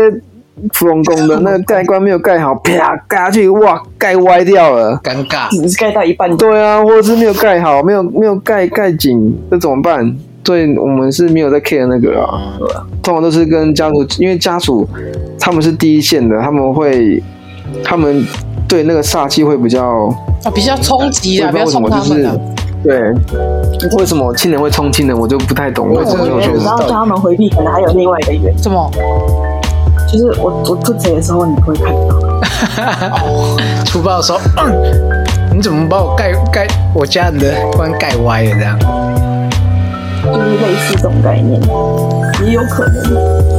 [SPEAKER 2] 芙蓉宫的那个盖棺没有盖好，啪盖下去，哇，盖歪掉了。
[SPEAKER 6] 尴尬，
[SPEAKER 4] 只是盖到一半，
[SPEAKER 2] 对啊，或者是没有盖好，没有没有盖盖紧，这怎么办？对我们是没有在 care 那个啊，通常都是跟家属，因为家属他们是第一线的，他们会，他们对那个煞气会比较，
[SPEAKER 5] 啊，比较冲击啊，
[SPEAKER 2] 我
[SPEAKER 5] 不
[SPEAKER 2] 也不知道
[SPEAKER 5] 要冲
[SPEAKER 2] 为什么
[SPEAKER 5] 他们
[SPEAKER 2] 就是
[SPEAKER 5] 啊。
[SPEAKER 2] 对，为什么亲人会冲亲人，我就不太懂，
[SPEAKER 6] 我
[SPEAKER 2] 为什么
[SPEAKER 6] 也
[SPEAKER 2] 我
[SPEAKER 6] 不
[SPEAKER 2] 觉得
[SPEAKER 6] 知道
[SPEAKER 4] 然后叫他们回避，可能还有另外一个原因，
[SPEAKER 5] 什么？
[SPEAKER 4] 就是我我做贼的时候你不会看到，
[SPEAKER 6] 粗暴地说，嗯，你怎么把我盖盖我家人的棺盖歪了这样？
[SPEAKER 4] 就是类似这种概念，也有可能。